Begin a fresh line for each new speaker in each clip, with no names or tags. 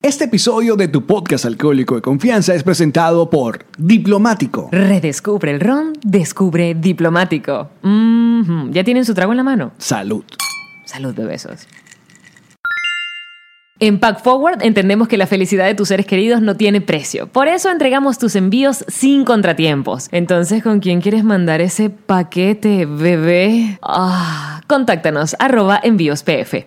Este episodio de tu podcast alcohólico de confianza es presentado por Diplomático.
Redescubre el ron, descubre diplomático. Mhm, Ya tienen su trago en la mano.
Salud.
Salud de besos. En Pack Forward entendemos que la felicidad de tus seres queridos no tiene precio. Por eso entregamos tus envíos sin contratiempos. Entonces, ¿con quién quieres mandar ese paquete, bebé? Ah, contáctanos arroba envíos pf.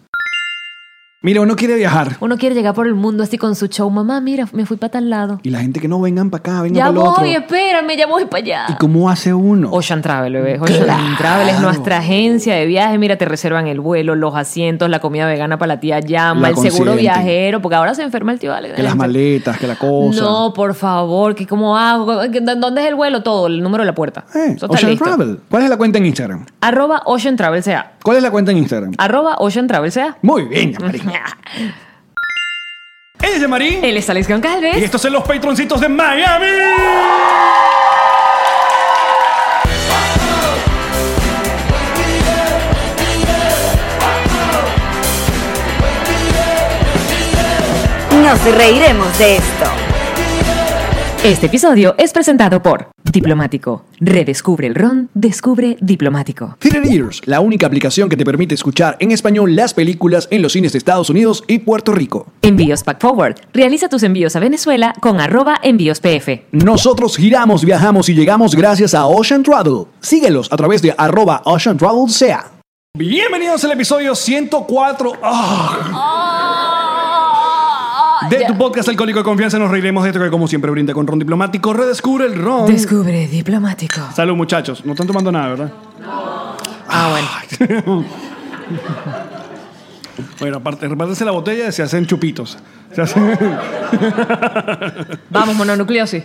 Mira, uno quiere viajar.
Uno quiere llegar por el mundo así con su show. Mamá, mira, me fui para tal lado.
Y la gente que no vengan para acá, vengan
Ya
para
voy, eh,
otro.
espérame, ya voy para allá.
¿Y cómo hace uno?
Ocean Travel, bebé. Ocean
¡Claro!
Travel es nuestra agencia de viajes. Mira, te reservan el vuelo, los asientos, la comida vegana para la tía
La
Llama, el seguro
consienten.
viajero, porque ahora se enferma el tío Alex.
que las maletas, que la cosa.
No, por favor, que cómo hago, ¿Qué- dó- ¿dónde es el vuelo? Todo, el número de la puerta.
Eh,
Eso está
Ocean
listo.
Travel. ¿Cuál es la cuenta en Instagram?
Arroba Ocean Travel sea.
¿Cuál es la cuenta en Instagram?
Arroba Ocean Travel sea.
Muy bien,
Ah.
Yamarín. Ella es Yamarín.
Él es Alex Goncalves.
Y estos son los patroncitos de Miami.
Nos reiremos de esto.
Este episodio es presentado por Diplomático. Redescubre el ron, descubre Diplomático.
Theater Ears, la única aplicación que te permite escuchar en español las películas en los cines de Estados Unidos y Puerto Rico.
Envíos Pack Forward. Realiza tus envíos a Venezuela con arroba envíos PF.
Nosotros giramos, viajamos y llegamos gracias a Ocean Travel. Síguelos a través de arroba Ocean Travel sea. Bienvenidos al episodio 104 ah, de tu podcast Alcohólico de Confianza. Nos reiremos de esto que como siempre brinda con Ron Diplomático. Redescubre el Ron.
Descubre diplomático.
Salud muchachos. No están tomando nada, ¿verdad?
Ah, bueno.
Bueno, aparte, repártense la botella y se hacen chupitos. Se hacen-
Vamos, mononucleosis.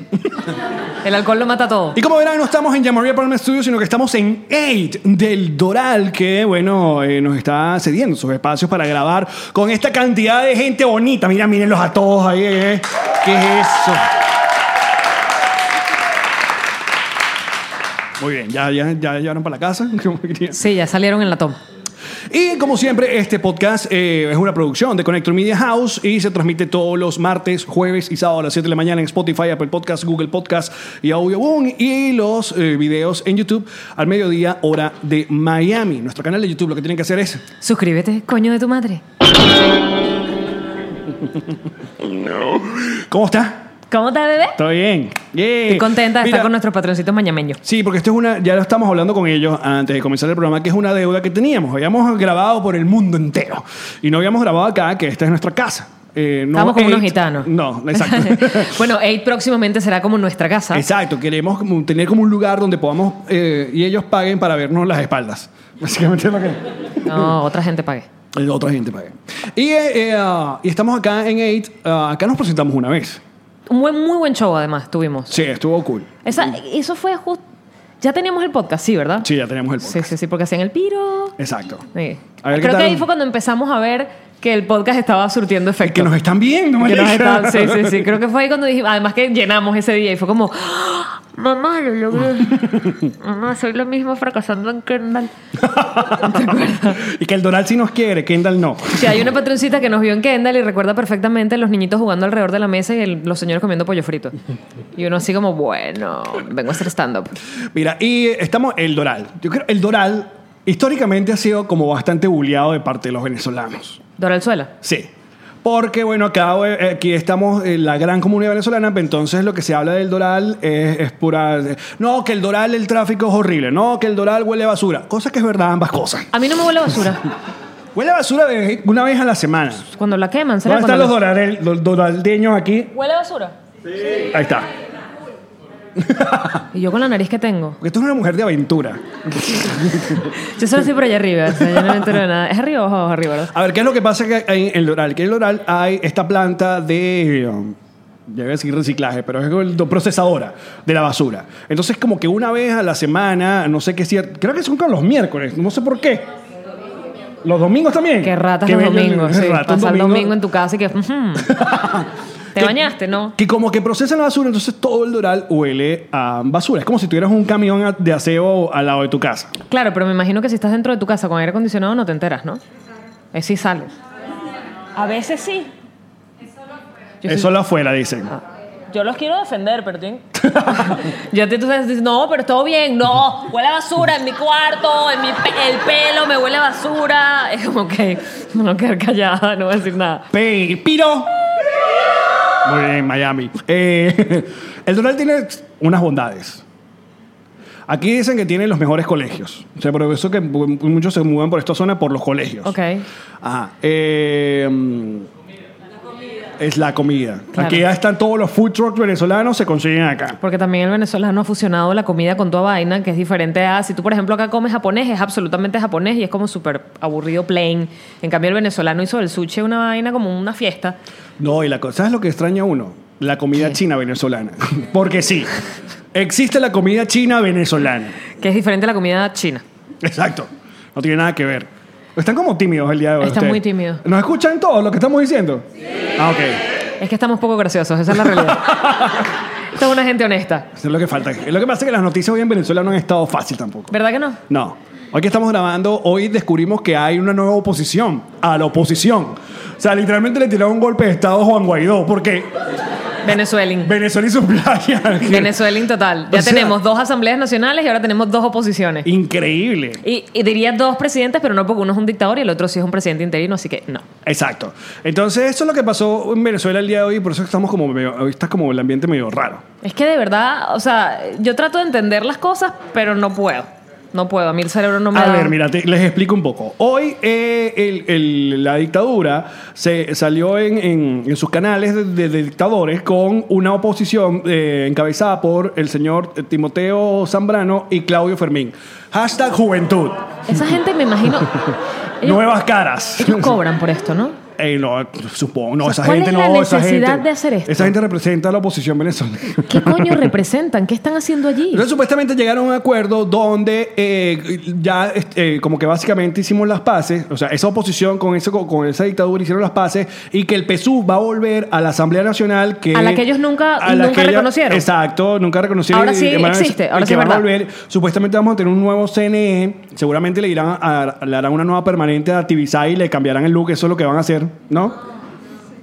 El alcohol lo mata todo.
Y como verán, no estamos en Llamaría Palma Studios, sino que estamos en 8 del Doral, que bueno, eh, nos está cediendo sus espacios para grabar con esta cantidad de gente bonita. Mira, mírenlos a todos ahí. eh. ¿Qué es eso? Muy bien, ya, ya, ya llevaron para la casa. como diría.
Sí, ya salieron en la toma.
Y como siempre, este podcast eh, es una producción de Connector Media House y se transmite todos los martes, jueves y sábados a las 7 de la mañana en Spotify, Apple Podcast, Google Podcast y Audio Boom. Y los eh, videos en YouTube al mediodía, hora de Miami. Nuestro canal de YouTube lo que tienen que hacer es
Suscríbete, coño de tu madre.
¿Cómo está?
¿Cómo estás, bebé?
¿Todo bien? Yeah.
Estoy contenta de
Mira,
estar con nuestros patroncitos mañameños.
Sí, porque esto es una, ya lo estamos hablando con ellos antes de comenzar el programa, que es una deuda que teníamos. Habíamos grabado por el mundo entero y no habíamos grabado acá, que esta es nuestra casa. Eh, no
Estamos como unos
eight-
gitanos.
No, exacto.
bueno, Eight próximamente será como nuestra casa.
Exacto, queremos como tener como un lugar donde podamos eh, y ellos paguen para vernos las espaldas. Básicamente es lo que
No, otra gente pague.
la otra gente pague. Y, eh, eh, ah, y estamos acá en 8. ah, acá nos presentamos una vez.
Un buen, muy buen show, además, tuvimos.
Sí, estuvo cool.
Esa- eso fue justo. Ya teníamos el podcast, sí, ¿verdad?
Sí, ya teníamos el podcast.
Sí, sí, sí, porque hacían el piro.
Exacto.
Sí.
A
Creo
ver, ¿qué
que
tal?
ahí fue cuando empezamos a ver que el podcast estaba surtiendo efecto.
Que nos están viendo,
Que nos
marica.
estaba- sí, sí, sí. Creo que fue ahí cuando dijimos, además que llenamos ese día y fue como, ¡Ah! mamá, lo logré. mamá, soy lo mismo fracasando en Kendall.
y que el Doral sí nos quiere, Kendall no.
Si hay una patroncita que nos vio en Kendall y recuerda perfectamente los niñitos jugando alrededor de la mesa y el- los señores comiendo pollo frito. Y uno así como, bueno, vengo a hacer stand-up.
Mira, y estamos el Doral. Yo creo el Doral históricamente ha sido como bastante bulleado de parte de los venezolanos.
Doral Suela.
Sí. Porque, bueno, acá eh, aquí estamos en la gran comunidad venezolana, pero entonces lo que se habla del Doral es, es pura... eh, No, que el Doral el tráfico es horrible. No, que el Doral huele a basura. Cosa que es verdad ambas cosas.
A mí no me huele a basura.
Huele a basura de- una vez a la semana.
Cuando la queman, ¿será?
¿Dónde están los
Cuando
dorarel- los doraldeños aquí?
la- ¿Huele a basura?
Ahí está.
Y yo con la nariz que tengo.
Porque tú eres una mujer de aventura.
Yo solo estoy por allá arriba, o sea, yo no me entero de nada. ¿Es arriba o abajo? arriba, verdad?
A ver, ¿qué es lo que pasa que en el Doral? Que en el Doral hay esta planta de... um, ya iba a decir reciclaje, pero es el do- procesadora de la basura. Entonces, como que una vez a la semana, no sé qué cierto, creo que son con los miércoles, no sé por qué. Los domingos también.
Que ratas
Qué
los
bello-
domingos. sí.
ratas
Pasar el
domingo.
domingo en tu casa y que. ujú. Te
Que-
bañaste, ¿no?
Que como que procesan la basura, entonces todo el Doral huele a basura. Es como si tuvieras un camión a- de aseo al lado de tu casa.
Claro, pero me imagino que si estás dentro de tu casa con aire acondicionado no te enteras, ¿no? Eh, sí sale. A veces sí. Yo soy-
Eso lo afuera, dicen.
Yo los quiero defender, pero tienen- Yo te tú sabes, dices, no, pero todo bien. No, huele a basura en mi cuarto, en mi pe- el pelo me huele a basura. Es como que me voy a quedar callada, no voy a decir nada.
Pe- Piro. Muy bien, Miami. Eh, el Doral tiene unas bondades. Aquí dicen que tiene los mejores colegios. O sea, por eso que mu- muchos se mueven por esta zona por los colegios.
Ok.
Ajá. Eh, mm, es la comida.
Claro.
Aquí ya están todos los food trucks venezolanos, se consiguen acá.
Porque también el venezolano ha fusionado la comida con toda vaina, que es diferente a si tú, por ejemplo, acá comes japonés, es absolutamente japonés y es como súper aburrido, plain. En cambio, el venezolano hizo del sushi una vaina como una fiesta.
No, y la cosa, ¿sabes lo que extraña uno? La comida
¿Qué?
china venezolana. Porque sí, existe la comida china venezolana.
Que es diferente a la comida china.
Exacto. No tiene nada que ver. Están como tímidos el día de hoy.
Están
ustedes.
muy tímidos.
¿Nos escuchan todos lo que estamos diciendo? Ah, ok.
Es que estamos poco graciosos, esa es la realidad. Esto es una gente honesta.
Eso es lo que falta. Lo que pasa es que las noticias hoy en Venezuela no han estado fácil tampoco.
¿Verdad que no?
No. Hoy que estamos grabando, hoy descubrimos que hay una nueva oposición a la oposición. O sea, literalmente le tiraron un golpe de Estado a Juan Guaidó porque
Venezuelín.
Venezuela y sus playas.
Venezuelín total. Ya
O sea-
tenemos dos asambleas nacionales y ahora tenemos dos oposiciones.
Increíble.
Y, y diría dos presidentes, pero no porque uno es un dictador y el otro sí es un presidente interino, así que no.
Exacto. Entonces, eso es lo que pasó en Venezuela el día de hoy y por eso estamos como medio, hoy está como el ambiente medio raro.
Es que de verdad, o sea, yo trato de entender las cosas, pero no puedo. No puedo, a mí el cerebro no me
A
da.
ver, mira, te- les explico un poco. Hoy eh, el- el- la dictadura se salió en, en- en sus canales de, de- de dictadores con una oposición eh, encabezada por el señor Timoteo Zambrano y Claudio Fermín. Hashtag juventud.
Esa gente me imagino. ellos,
Nuevas caras.
ellos cobran por esto, ¿no?
Eh, no, supongo, no,
O sea,
esa
¿cuál
gente
es la
no, esa
necesidad
gente-
de hacer esto?
Esa gente representa a la oposición venezolana.
¿Qué coño representan? ¿Qué están haciendo allí?
Entonces, supuestamente llegaron a un acuerdo donde eh, ya este, eh, como que básicamente hicimos las paces, o sea, esa oposición con, ese, con esa dictadura hicieron las paces y que el PSUV va a volver a la Asamblea Nacional que...
A la que ellos nunca-
a la
nunca
que ella-
reconocieron.
Exacto, nunca reconocieron.
Ahora
y-
sí
y van a-
existe, ahora
que
sí es
va a
verdad.
volver. Supuestamente vamos a tener un nuevo CNE, seguramente le, irán a- le harán una nueva permanente a Tibisay y le cambiarán el look, eso es lo que van a hacer, ¿no?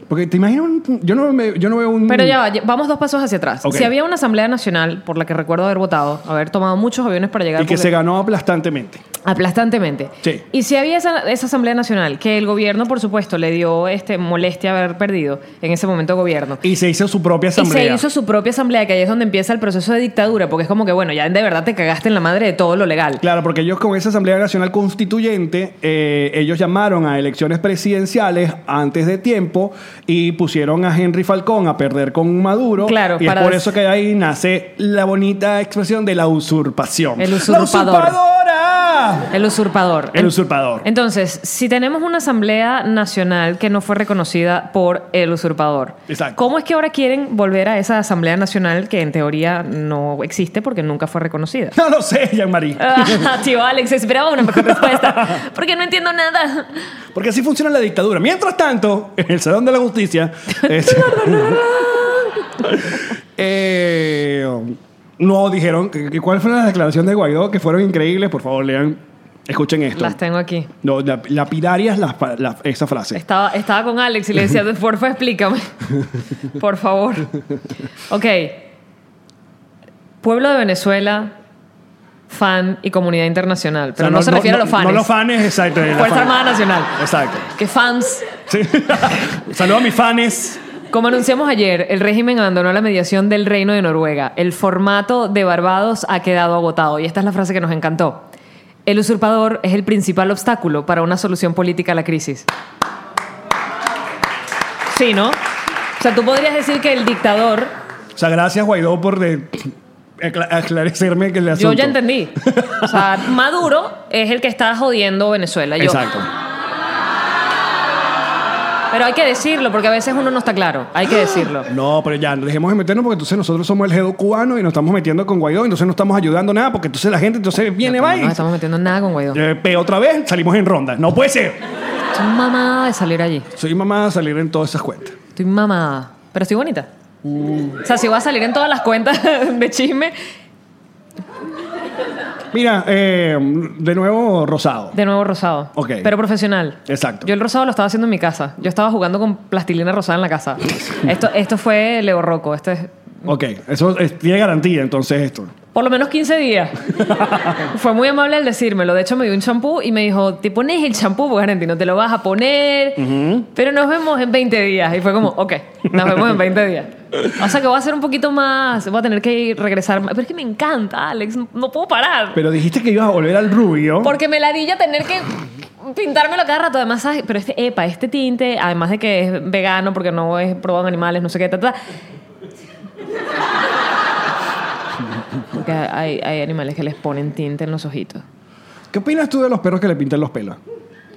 Porque te imaginas, un- yo, no me- yo no veo un...
Pero ya va, ya- vamos dos pasos hacia atrás.
Ok.
Si había una asamblea nacional por la que recuerdo haber votado, haber tomado muchos aviones para llegar
Y que
porque-
se ganó aplastantemente.
aplastantemente.
Sí.
Y si había esa, esa asamblea nacional que el gobierno, por supuesto, le dio este molestia haber perdido en ese momento gobierno.
Y se hizo su propia asamblea.
Y se hizo su propia asamblea, que ahí es donde empieza el proceso de dictadura, porque es como que, bueno, ya de verdad te cagaste en la madre de todo lo legal.
Claro, porque ellos con esa Asamblea Nacional Constituyente, eh, ellos llamaron a elecciones presidenciales antes de tiempo y pusieron a Henry Falcón a perder con Maduro.
Claro,
y es
para
por
des-
eso que ahí nace la bonita expresión de la usurpación.
El usurpador.
¡La usurpadora!
El usurpador.
El
En-
usurpador.
Entonces, si tenemos una asamblea nacional que no fue reconocida por el usurpador,
Exacto.
¿cómo es que ahora quieren volver a esa asamblea nacional que en teoría no existe porque nunca fue reconocida?
No lo sé, Jean-Marie.
Ah, Tío Alex, esperaba una mejor respuesta. Porque no entiendo nada.
Porque así funciona la dictadura. Mientras tanto, en el Salón de la Justicia. este, es- Eh, no dijeron. que- ¿Cuál fue la declaración de Guaidó? Que fueron increíbles. Por favor, lean. Escuchen esto.
Las tengo aquí.
No, la- lapidarias las pa- la- esa frase.
Estaba, estaba con Alex y le decía, porfa, explícame. Por favor. Ok. Pueblo de Venezuela, fan y comunidad internacional. Pero
O sea,
no, se refiere a los fans.
No los fans, exacto. de la
Fuerza
fan-
Armada Nacional.
Exacto.
Que fans.
Sí. Saludos a mis fans.
Como anunciamos ayer, el régimen abandonó la mediación del Reino de Noruega. El formato de Barbados ha quedado agotado. Y esta es la frase que nos encantó. El usurpador es el principal obstáculo para una solución política a la crisis. Sí, ¿no? O sea, tú podrías decir que el dictador...
O sea, gracias, Guaidó, por de- acla- aclarecerme que le asunto.
Yo ya entendí. O sea, Maduro es el que está jodiendo Venezuela. Yo,
Exacto.
Pero hay que decirlo, porque a veces uno no está claro. Hay que decirlo.
No, pero ya, no dejemos de meternos porque entonces nosotros somos el GEDO cubano y nos estamos metiendo con Guaidó, entonces no estamos ayudando nada porque entonces la gente entonces viene,
No
va y...
nos estamos metiendo en nada con Guaidó.
Eh, pero otra vez salimos en ronda. No puede ser.
Estoy mamada de salir allí.
Soy mamá a salir en todas esas cuentas.
Estoy mamada. Pero estoy bonita.
Mm.
O sea, si voy a salir en todas las cuentas de chisme,
Mira, eh, de nuevo rosado.
de nuevo rosado.
Ok.
Pero profesional.
Exacto.
Yo el rosado lo estaba haciendo en mi casa. Yo estaba jugando con plastilina rosada en la casa. esto, esto fue Leo Rocco. Esto es
Ok, eso es- tiene garantía entonces esto.
Por lo menos 15 días. Fue muy amable al decírmelo. De hecho, me dio un champú y me dijo, te pones el champú, pues argentino, te lo vas a poner, pero nos vemos en 20 días. Y fue como, ok, nos vemos en 20 días. O sea que voy a hacer un poquito más, voy a tener que ir, regresar. más. Pero es que me encanta, Alex, no- no puedo parar.
Pero dijiste que ibas a volver al rubio.
Porque me ladilla tener que pintármelo cada rato. Además, ¿sabes? pero este, epa, este tinte, además de que es vegano porque no es probado en animales, no sé qué, ta, ta. Porque hay, hay animales que les ponen tinte en los ojitos.
¿Qué opinas tú de los perros que le pintan los pelos?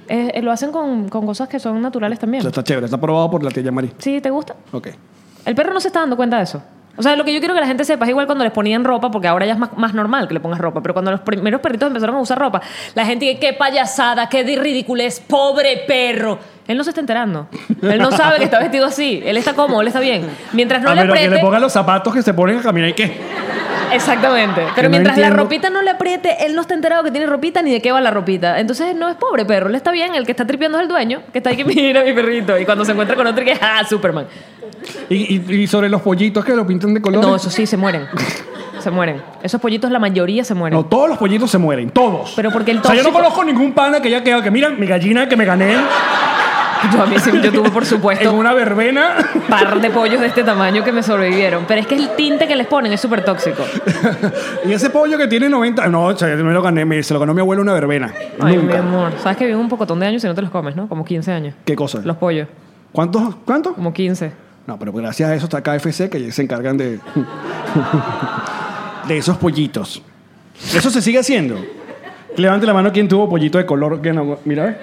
Eh, eh, lo hacen con, con cosas que son naturales
O
también.
sea, está chévere, está aprobado por la tía María.
¿Sí? ¿Te gusta?
Ok.
El perro no se está dando cuenta de eso. O sea, lo que yo quiero que la gente sepa es igual cuando les ponían ropa, porque ahora ya es más, más normal que le pongas ropa, pero cuando los primeros perritos empezaron a usar ropa, la gente dice, qué payasada, qué di- ridiculez, pobre perro. Él no se está enterando. Él no sabe que está vestido así. Él está cómodo, él está bien. Mientras no
a
le
menos Ah, que
apriete...
le pongan los zapatos que se ponen a caminar y qué.
Exactamente. Pero
no
mientras la
entiendo.
ropita no le apriete, él no está enterado que tiene ropita ni de qué va la ropita. Entonces no es pobre perro, él está bien. El que está tripeando es el dueño, que está ahí que mira a mi perrito. Y cuando se encuentra con otro, que ¡ah, Superman!
Y, y- y sobre los pollitos que lo pintan de color.
No, eso sí, se mueren. Se mueren. Esos pollitos, la mayoría se mueren.
No, todos los pollitos se mueren, todos.
Pero porque el
O sea, yo no
tóxico-
conozco ningún pana que ya quedado que, mira, mi gallina que me gané
Yo a mí sí, yo tuve, por
en
supuesto, un
una verbena.
par de pollos de este tamaño que me sobrevivieron. Pero es que el tinte que les ponen es súper tóxico.
y ese pollo que tiene 90. No, o sea, yo me lo gané, me- se lo ganó mi abuelo en una verbena.
Ay, mi
Nunca.
amor. Sabes que viven un pocotón de años y no te los comes, ¿no? Como 15 años.
¿Qué cosa?
Los pollos.
¿Cuántos? ¿Cuántos?
Como 15.
No, pero gracias a eso está KFC que se encargan de. de esos pollitos. Eso se sigue haciendo. Levante la mano quien tuvo pollito de color. que no- Mira.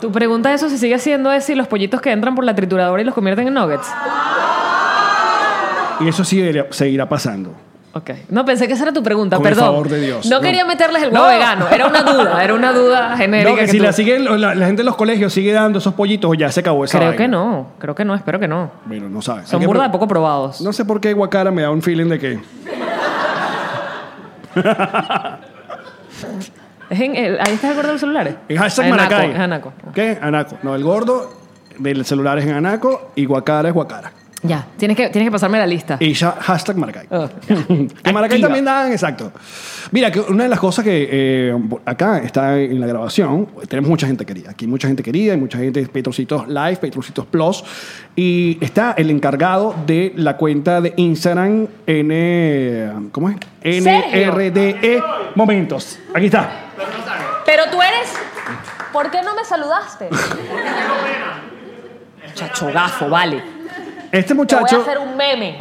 Tu pregunta de eso se sigue haciendo es si los pollitos que entran por la trituradora y los convierten en nuggets.
Y eso sí debería- seguirá pasando.
Ok. No, pensé que esa era tu pregunta,
Con el
perdón.
favor de Dios.
No,
No.
quería meterles el huevo
No.
vegano. Era una duda, era una duda genérica.
No, que
que
si
tú-
la, siguen, la, la gente en los colegios sigue dando esos pollitos, o ya se acabó esa
Creo
vaina.
que no, creo que no, espero que no.
Bueno, no sabes.
Son
Hay que
burda de
pre-
poco probados.
No sé por qué Guacara me da un feeling de que.
Es en el- ahí está el gordo de los celulares.
En hashtag
Anaco,
Maracay.
es Anaco.
¿Qué? Anaco. No, el gordo del celular es en Anaco y Guacara es Guacara.
Ya, tienes que, tienes que pasarme la lista.
Y ya hashtag Maracay.
Ah.
que Maracay
Activa.
también dan, exacto. Mira, que una de las cosas que eh, acá está en la grabación, tenemos mucha gente querida. Aquí mucha gente querida, hay mucha gente, Petrocitos Live, Petrocitos Plus. Y está el encargado de la cuenta de Instagram N. ¿Cómo es?
Sergio.
NRDE E. Momentos. Aquí está.
Pero tú eres. ¿Por qué no me saludaste? Chacho gafo, vale.
Este
Te voy a
muchacho.
hacer un meme.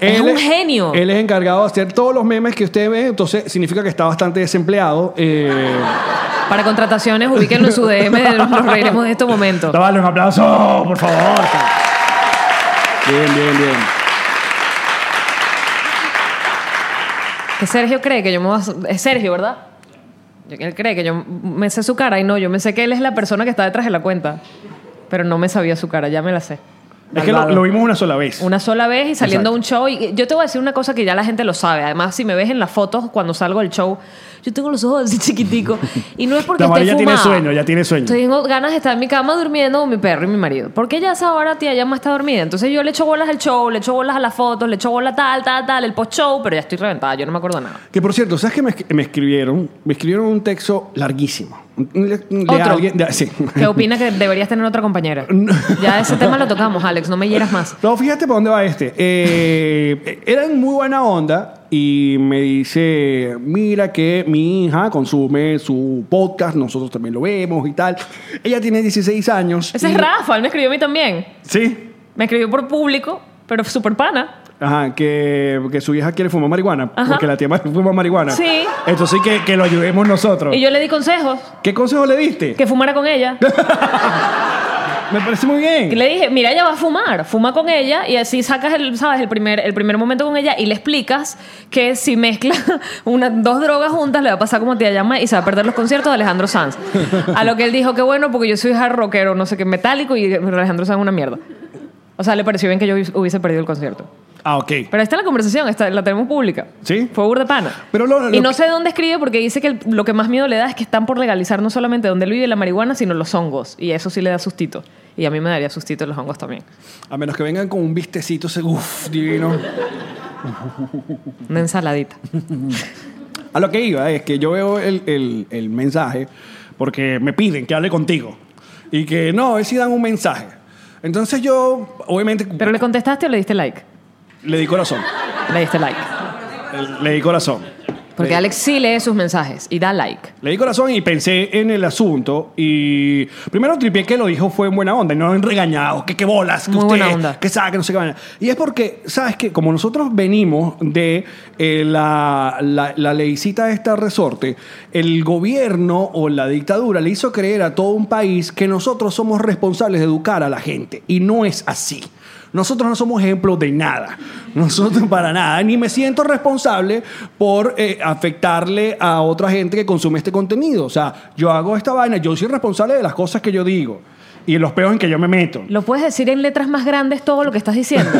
él
Es un genio.
Él es encargado de hacer todos los memes que usted ve, entonces significa que está bastante desempleado. Eh.
Para contrataciones, ubíquenlo en su DM. de- Nos reiremos de este momento.
Dale un aplauso, por favor. Bien, bien, bien.
Que Sergio cree que yo me voy a. Es Sergio, ¿verdad? Él cree que yo me sé su cara y no, yo me sé que él es la persona que está detrás de la cuenta. Pero no me sabía su cara, ya me la sé.
Es que lo,
Malvado.
lo vimos una sola vez.
Una sola vez y saliendo a
Exacto.
un show. Y yo te voy a decir una cosa que ya la gente lo sabe. Además, si me ves en las fotos cuando salgo del show, yo tengo los ojos así chiquiticos. Y no es porque
La
esté
María ya tiene
fumada.
sueño, ya tiene sueño.
Tengo ganas de estar en mi cama durmiendo con mi perro y mi marido. Porque ya a esa hora, tía, ya me está dormida. Entonces yo le echo bolas al show, le echo bolas a las fotos, le echo bolas tal, tal, tal, el post-show, pero ya estoy reventada, yo no me acuerdo nada.
Que por cierto, ¿sabes qué me, me escribieron? Me escribieron un texto larguísimo. De
¿Otro?
alguien- de- sí.
¿Qué opina que deberías tener otra compañera? Ya ese tema lo tocamos, Alex, no me hieras más.
No, fíjate para dónde va este. Eh, eran muy buena onda y me dice, mira que mi hija consume su podcast, nosotros también lo vemos y tal. Ella tiene 16 años.
Ese
y-
es Rafa, él me escribió a mí también.
Sí.
Me escribió por público, pero súper pana.
Ajá, que, que su hija quiere fumar marihuana,
Ajá.
porque la tía Mar- fuma marihuana.
Sí.
Entonces que, que lo ayudemos nosotros.
Y yo le di consejos,
¿Qué consejo le diste?
que fumara con ella.
Me parece muy
Y
bien.
le dije, mira, ella va a fumar, fuma con ella y así sacas el, ¿sabes? el, primer, el primer momento con ella y le explicas que si mezcla una, dos drogas juntas le va a pasar como tía llama y se va a perder los conciertos de Alejandro Sanz. A lo que él dijo que bueno, porque yo soy hard rockero, no sé qué, metálico y Alejandro Sanz es una mierda. O sea, le pareció bien que yo hubiese perdido el concierto.
Ah, ok.
Pero ahí está la conversación, está, la tenemos pública.
Sí.
Fue burda pana.
Pero lo- lo
y no
que-
sé dónde escribe porque dice que el- lo que más miedo le da es que están por legalizar no solamente donde él vive la marihuana, sino los hongos. Y eso sí le da sustito. Y a mí me daría sustito los hongos también.
A menos que vengan con un vistecito, se- uff, divino.
Una ensaladita.
A lo que iba es que yo veo el, el- el mensaje porque me piden que hable contigo y que no, es si dan un mensaje. Entonces yo, obviamente,
¿Pero le contestaste o le diste like?
le di corazón.
Le diste like.
Le di corazón.
Porque Alex sí lee sus mensajes y da like.
Le di corazón y pensé en el asunto y primero tripié que lo dijo fue en buena onda y no en regañado, que qué bolas, que
Muy
usted,
buena onda.
que sabe, que no sé qué vaina. Y es porque, ¿sabes qué? Como nosotros venimos de eh, la, la, la leycita de esta resorte, el gobierno o la dictadura le hizo creer a todo un país que nosotros somos responsables de educar a la gente y no es así. Nosotros no somos ejemplos de nada. Nosotros para nada. Ni me siento responsable por eh, afectarle a otra gente que consume este contenido. O sea, yo hago esta vaina, yo soy responsable de las cosas que yo digo y los peos en que yo me meto.
Lo puedes decir en letras más grandes todo lo que estás diciendo.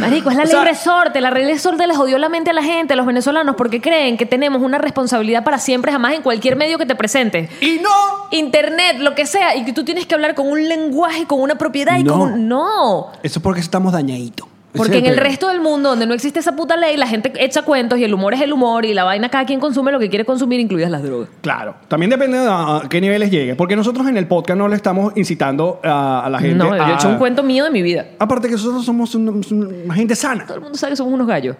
Marico, es la
O
ley
sea-
resorte. La ley resorte les jodió la mente a la gente, a los venezolanos, porque creen que tenemos una responsabilidad para siempre, jamás en cualquier medio que te presentes.
Y no.
Internet, lo que sea, y que tú tienes que hablar con un lenguaje, con una propiedad y
No.
con un... No.
Eso es porque estamos dañaditos.
Porque en el resto del mundo, donde no existe esa puta ley, la gente echa cuentos y el humor es el humor y la vaina cada quien consume lo que quiere consumir, incluidas las drogas.
Claro, también depende de a a qué niveles llegue, porque nosotros en el podcast no le estamos incitando a, a la gente. ah.
No, yo
a-
he hecho un cuento mío de mi vida.
Aparte que nosotros somos un- un- una gente sana.
Todo el mundo sabe que somos unos gallos.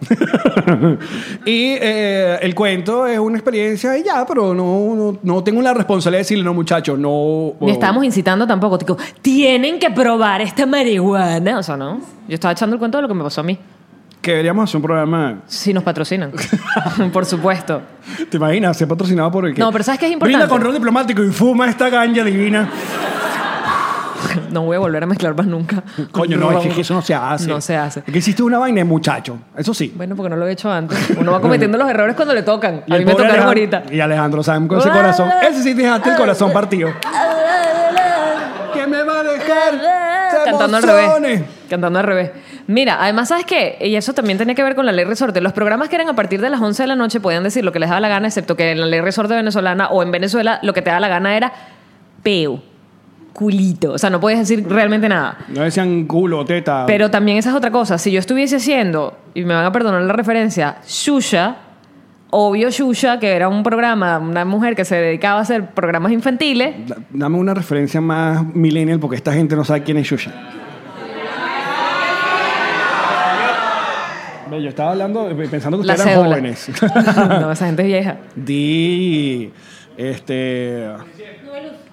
y eh, el cuento es una experiencia y ya, pero no, no, no tengo la responsabilidad de decirle, no muchachos, no...
Ni estábamos incitando tampoco. Tipo, tienen que probar esta marihuana. O sea, no. Yo estaba echando el cuento de lo que me pasó a mí.
Que deberíamos hacer un programa...
Si nos patrocinan. Por supuesto.
¿Te imaginas? Ser patrocinado por el que...
No, pero ¿sabes qué es
Brinda
importante?
con rol diplomático y fuma esta ganja divina.
No voy a volver a mezclar más nunca.
Coño, no, es que eso no se hace.
No se hace.
Es que hiciste una vaina de muchacho, eso sí.
Bueno, porque no lo he hecho antes. Uno va cometiendo los errores cuando le tocan.
Y
A
el
mí me
pobre
tocaron
Alejandro-
ahorita.
Y Alejandro Sam con ese corazón. Ese sí dejaste el corazón partido. que me va a dejar
Cantando al
emociones.
revés. Cantando al revés. Mira, además, ¿sabes qué? Y eso también tenía que ver con la ley resorte. Los programas que eran a partir de las 11 de la noche podían decir lo que les daba la gana, excepto que en la ley resorte venezolana o en Venezuela lo que te daba la gana era peo, culito. O sea, no podías decir realmente nada.
No decían culo, teta.
Pero también esa es otra cosa. Si yo estuviese haciendo, y me van a perdonar la referencia, Shusha, obvio Shusha, que era un programa, una mujer que se dedicaba a hacer programas infantiles.
Da- Dame una referencia más millennial porque esta gente no sabe quién es Shusha. Ve, Yo estaba hablando, pensando que
La
ustedes eran
cédula.
jóvenes.
no, esa gente es vieja.
Di. Este.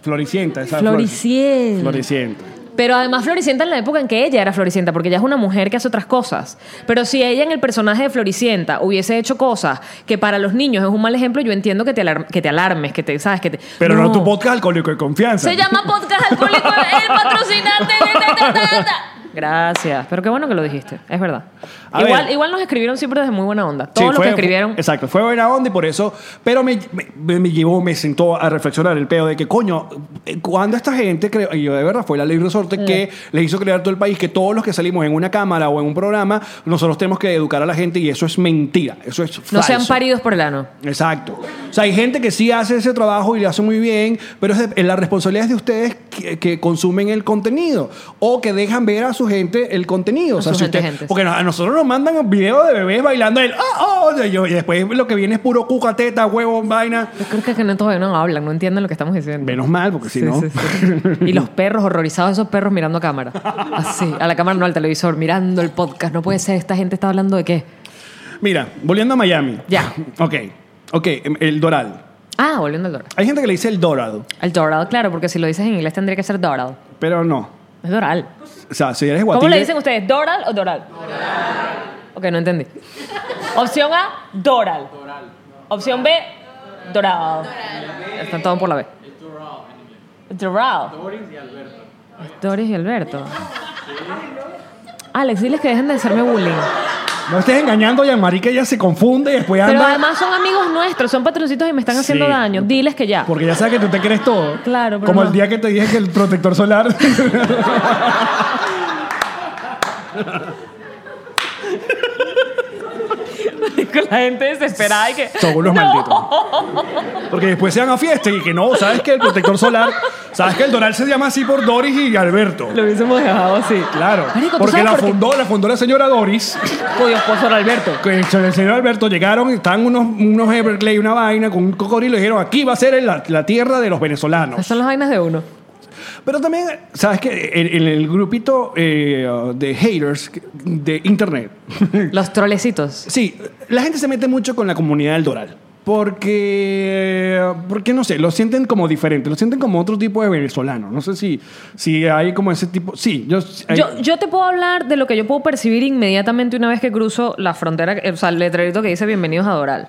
Floricienta, esa flor-
Floricienta.
Floricienta.
Pero además Floricienta en la época en que ella era Floricienta, porque ella es una mujer que hace otras cosas. Pero si ella en el personaje de Floricienta hubiese hecho cosas que para los niños es un mal ejemplo, yo entiendo que te, alar- que te alarmes, que te, ¿sabes? Que te,
Pero no. tu podcast alcohólico de confianza.
Se llama Podcast Alcohólico El Patrocinante. Ta, ta, ta, ta. Gracias. Pero qué bueno que lo dijiste. Es verdad.
A
Igual,
ver.
igual nos escribieron siempre desde muy buena onda. Todos los que escribieron.
fue- exacto, fue buena onda y por eso. Pero me, me- me llevó, me sentó a reflexionar el pedo de que, coño, eh, cuando esta gente, creo, y yo de verdad, fue la ley resorte que
Mm.
le hizo crear todo el país que todos los que salimos en una cámara o en un programa, nosotros tenemos que educar a la gente y eso es mentira. Eso es falso.
no sean paridos por el ano.
Exacto. O sea, hay gente que sí hace ese trabajo y lo hace muy bien, pero es de- eh, la responsabilidad es de ustedes que, que consumen el contenido o que dejan ver a su gente el contenido.
A
O sea,
su
si
gente,
usted-
gente.
Porque no- a nosotros nos mandan videos de bebés bailando el oh, oh, y yo- y después lo que viene es puro cuca, teta, huevo, vaina.
Yo creo que es que no, todavía no hablan, no entienden lo que estamos diciendo.
Menos mal, porque si
Sí,
no.
sí, sí. Y los perros, horrorizados esos perros mirando a cámara. Así, a la cámara no, al televisor, mirando el podcast. No puede ser, esta gente está hablando de qué.
Mira, volviendo a Miami.
Ya.
Ok. Ok, em, el Doral.
Ah, volviendo al dorado.
Hay gente que le dice el Dorado,
Al dorado, claro, porque si lo dices en inglés tendría que ser dorado.
pero no.
Es Doral.
O sea, si eres
¿Cómo
guatire...
le dicen ustedes? ¿Doral o Doral? Doral. Ok, no entendí. Opción A, Doral. Opción B, Doral. Están todos por la B. Doral. Es Doris y Alberto. Alex, diles que dejen de hacerme bullying.
No estés engañando a Yanmari que ella se confunde y después anda...
Pero además son amigos nuestros, son patroncitos y me están haciendo
Sí.
daño. Diles que ya.
Porque ya sabes que tú te crees todo.
Claro, pero
Como
no.
el día que te dije que el protector solar.
Con la gente desesperada y que.
Son unos
¡No!
malditos. Porque después se van a fiesta y que no, sabes que el protector solar. Sabes que el Doral se llama así por Doris y Alberto.
Lo hubiésemos dejado así.
Claro.
Marico, ¿tú
porque
sabes
la
por qué?
fundó, la fundó la señora Doris.
Con esposo era Alberto.
Con El el señor Alberto llegaron, estaban unos, unos Everglades, una vaina, con un cocodrilo y dijeron, aquí va a ser el- la, la tierra de los venezolanos.
Esas son las vainas de uno.
Pero también, ¿sabes que En en el grupito eh, de haters de internet,
Los trolecitos.
Sí, la gente se mete mucho con la comunidad del Doral. Porque, porque no sé, lo sienten como diferente, lo sienten como otro tipo de venezolano. No sé si, si hay como ese tipo. Sí, yo. hay-
Yo, yo te puedo hablar de lo que yo puedo percibir inmediatamente una vez que cruzo la frontera, eh, o sea, el letrerito que dice bienvenidos a Doral.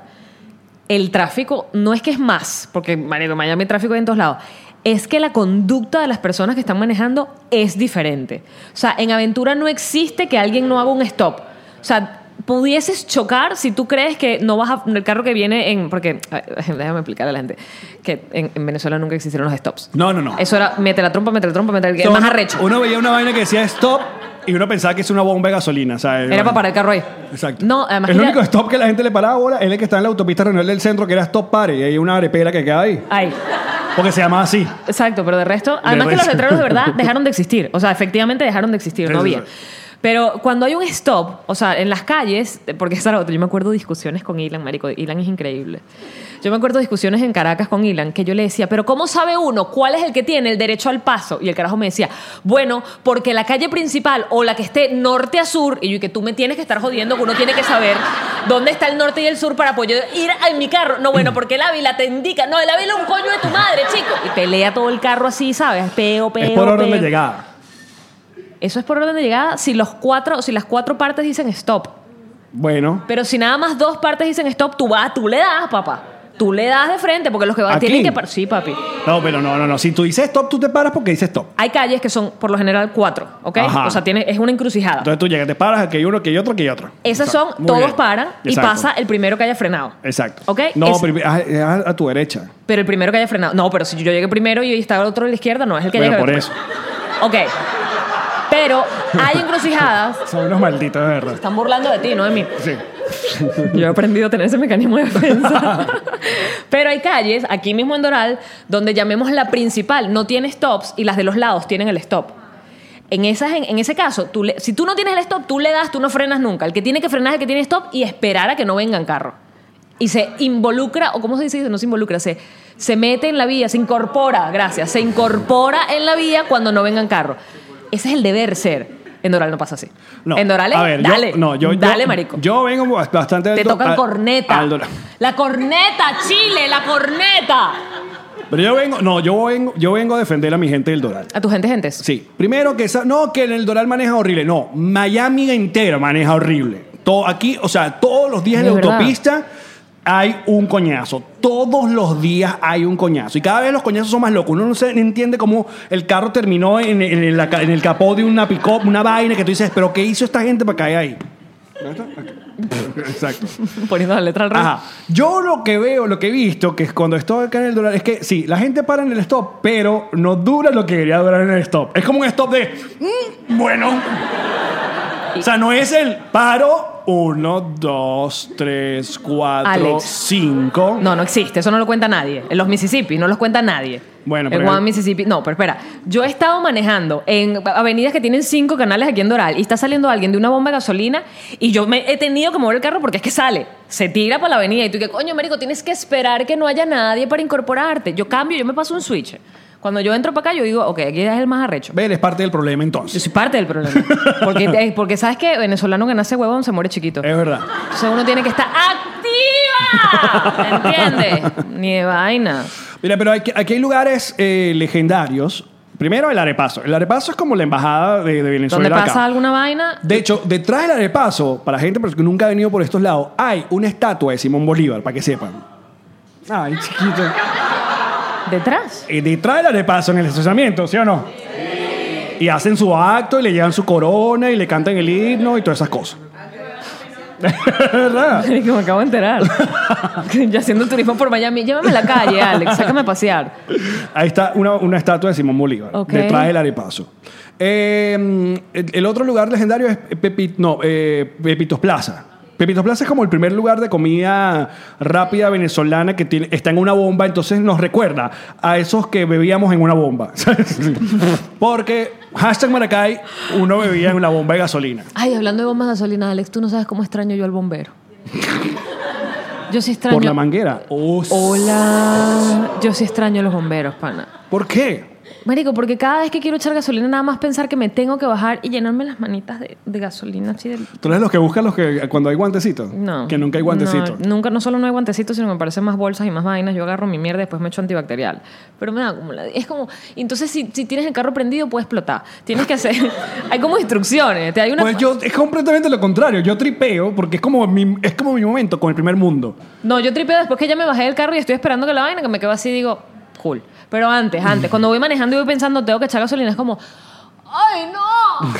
El tráfico no es que es más, porque marico, en Miami hay tráfico en todos lados. Es que la conducta de las personas que están manejando es diferente. O sea, en aventura no existe que alguien no haga un stop. O sea, pudieses chocar si tú crees que no vas a el carro que viene en porque a ver, déjame explicar a la gente que en, en Venezuela nunca existieron los stops.
No, no, no.
Eso era mete la trompa, mete la trompa, mete el, el
Son-
más arrecho.
Uno veía una vaina que decía stop y uno pensaba que es una bomba de gasolina. o sea,
Era para parar el carro ahí.
Exacto.
No, además.
el
mira-
único stop que la gente le paraba ahora es el que está en la autopista Reunión del Centro, que era Stop Party. Y hay una arepera que queda ahí.
Ay,
Porque se llamaba así.
exacto, pero de resto. Además que los
resto.
letreros de verdad dejaron de existir. O sea, efectivamente dejaron de existir, no
Sí, sí,
había. Pero cuando hay un stop, o sea, en las calles, porque esa era otra, yo me acuerdo discusiones con Ilan, marico, Ilan es increíble. Yo me acuerdo discusiones en Caracas con Ilan que yo le decía, pero ¿cómo sabe uno cuál es el que tiene el derecho al paso? Y el carajo me decía, bueno, porque la calle principal o la que esté norte a sur, y yo que tú me tienes que estar jodiendo, que uno tiene que saber dónde está el norte y el sur para poder ir en mi carro. No, bueno, porque el Ávila te indica, no, el Ávila es un coño de tu madre, chico. Y pelea todo el carro así, ¿sabes? Peo, peo.
es por orden de
peo.
llegada.
Eso es por orden de llegada si los cuatro, si las cuatro partes dicen stop.
Bueno.
Pero si nada más dos partes dicen stop, tú vas, tú le das, papá. Tú le das de frente, porque los que van
¿Aquí?
tienen que par- Sí, papi.
No, pero no, no, no. Si tú dices stop, tú te paras porque dices stop.
Hay calles que son por lo general cuatro, ¿ok?
Ajá.
O sea, tiene, es una encrucijada.
Entonces tú llegas, te paras, aquí hay uno, aquí hay otro, aquí hay otro.
Esas
Exacto.
son,
Muy
todos
bien.
paran y
Exacto.
pasa el primero que haya frenado.
Exacto.
¿Ok?
No,
Es-
prim- ah, eh, ah, a, tu derecha.
Pero el primero que haya frenado. No, pero si yo llegué primero y estaba el otro a la izquierda, no es el que llega
Bueno, por
primero. Ok. Pero hay encrucijadas.
Son unos malditos, de verdad.
Están burlando de ti, no de mí.
Sí.
Yo he aprendido a tener ese mecanismo de defensa. Pero hay calles, aquí mismo en Doral, donde llamemos la principal no tiene stops y las de los lados tienen el stop. En, esas, en, en ese caso, tú le- si tú no tienes el stop, tú le das, tú no frenas nunca. El que tiene que frenar es el que tiene stop y esperar a que no vengan carros. Y se involucra, o ¿cómo se dice? No se involucra, se, se mete en la vía, se incorpora, gracias, se incorpora en la vía cuando no vengan carros. Ese es el deber ser. En Doral no pasa así.
No.
en Doral es,
a ver, yo-
dale,
no, yo, yo-
dale, marico.
Yo vengo bas- bastante...
Te
alto-
tocan
al-
corneta.
al dólar.
La corneta, Chile, la corneta.
Pero yo vengo... No, yo vengo, yo vengo a defender a mi gente del Doral.
A tu gente, gente.
Sí. Primero que esa... No, que en el Doral maneja horrible. No, Miami entero maneja horrible. Todo, aquí, o sea, todos los días en
Es
la
verdad.
autopista hay un coñazo. Todos los días hay un coñazo. Y cada vez los coñazos son más locos. Uno no se no entiende cómo el carro terminó en, en- en la ca- en el capó de una pick una vaina que tú dices, pero ¿qué hizo esta gente para caer ahí? Exacto.
Poniendo la letra al revés.
Ajá. Yo lo que veo, lo que he visto, que es cuando estoy acá en el dólar, es que sí, la gente para en el stop, pero no dura lo que debería durar en el stop. Es como un stop de, "Mm, bueno. O sea, no es el paro, uno, dos, tres, cuatro,
Alex.
cinco.
No, no existe. Eso no lo cuenta nadie. En los Mississippi no los cuenta nadie.
Bueno,
en
pero-
Guam, Mississippi. No, pero espera. Yo he estado manejando en avenidas que tienen cinco canales aquí en Doral y está saliendo alguien de una bomba de gasolina y yo me he tenido que mover el carro porque es que sale. Se tira por la avenida y tú que coño, marico, tienes que esperar que no haya nadie para incorporarte. Yo cambio, yo me paso un switch. Cuando yo entro para acá, yo digo, ok, aquí es el más arrecho.
Ver, es parte del problema
Yo
entonces.
soy parte del problema. Porque, te- porque sabes que venezolano que nace huevón se muere chiquito.
Es verdad.
Entonces uno tiene que estar activa. ¿Me entiendes? Ni de vaina.
Mira, pero aquí, aquí hay lugares eh, legendarios Primero, el arepazo. El arepazo es como la embajada de, de Venezuela.
Donde pasa
acá.
alguna vaina,
De hecho, detrás del arepazo, para gente que nunca ha venido por estos lados, hay una estatua de Simón Bolívar, para que sepan. Ay, chiquito.
detrás.
Eh, Detrás del arepazo en el estacionamiento, ¿sí o no? Y hacen su acto y le llevan su corona y le cantan el himno y todas esas cosas. ¿Verdad?
Que me acabo de enterar. ya haciendo turismo por Miami. Llévame a la calle, Alex. Sácame a pasear.
Ahí está una, una estatua de Simón Bolívar,
Ok.
detrás del arepazo. Eh, el, el otro lugar legendario es Pepi- no, eh, Pepitos Plaza. Pepitos Plaza es como el primer lugar de comida rápida venezolana que tiene, está en una bomba, entonces nos recuerda a esos que bebíamos en una bomba. Porque, hashtag Maracay, uno bebía en una bomba de gasolina.
Ay, hablando de bombas de gasolina, Alex, tú no sabes cómo extraño yo al bombero. Yo sí extraño.
Por la manguera. Oh, s-
Hola. Yo sí extraño a los bomberos, pana.
¿Por qué?
Marico, porque cada vez que quiero echar gasolina, nada más pensar que me tengo que bajar y llenarme las manitas de, de gasolina así del.
¿Tú eres los que buscan los que cuando hay guantecitos?
No.
Que nunca hay guantecitos.
No, nunca, no solo no hay guantecitos, sino que me parecen más bolsas y más vainas. Yo agarro mi mierda y después me echo antibacterial. Pero me da como la- Es como. Entonces, si, si tienes el carro prendido, puede explotar. Tienes que hacer. hay como instrucciones. Te hay una.
Pues yo es completamente lo contrario. Yo tripeo porque es como mi, es como mi momento con el primer mundo.
No, yo tripeo después que ya me bajé del carro y estoy esperando que la vaina, que me quedo así y digo, cool. Pero antes, antes, cuando voy manejando y voy pensando, tengo que echar gasolina, es como, ¡ay, no!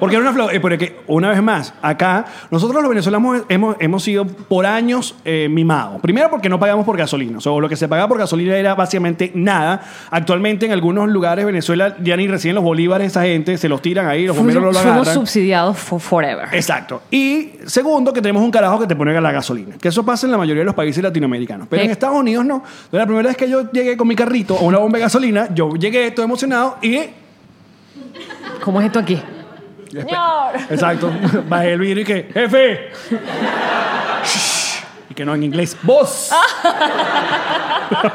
Porque era una flo- eh, porque una vez más, acá nosotros los venezolanos hemos, hemos sido por años eh, mimados. Primero porque no pagamos por gasolina. O sea, lo que se pagaba por gasolina era básicamente nada. Actualmente en algunos lugares de Venezuela ya ni reciben los bolívares esa gente, se los tiran ahí, los bomberos no
Fuimos,
lo
fuimos
agarran.
subsidiados for forever.
Exacto. Y segundo, que tenemos un carajo que te pone la gasolina. Que eso pasa en la mayoría de los países latinoamericanos. Pero en
Sí.
Estados Unidos no. Entonces, La primera vez que yo llegué con mi carrito a una bomba de gasolina, yo llegué todo emocionado y...
¿Cómo es esto aquí?
Exacto. Bajé el vidrio y que, jefe. Shh. y que no en inglés, vos.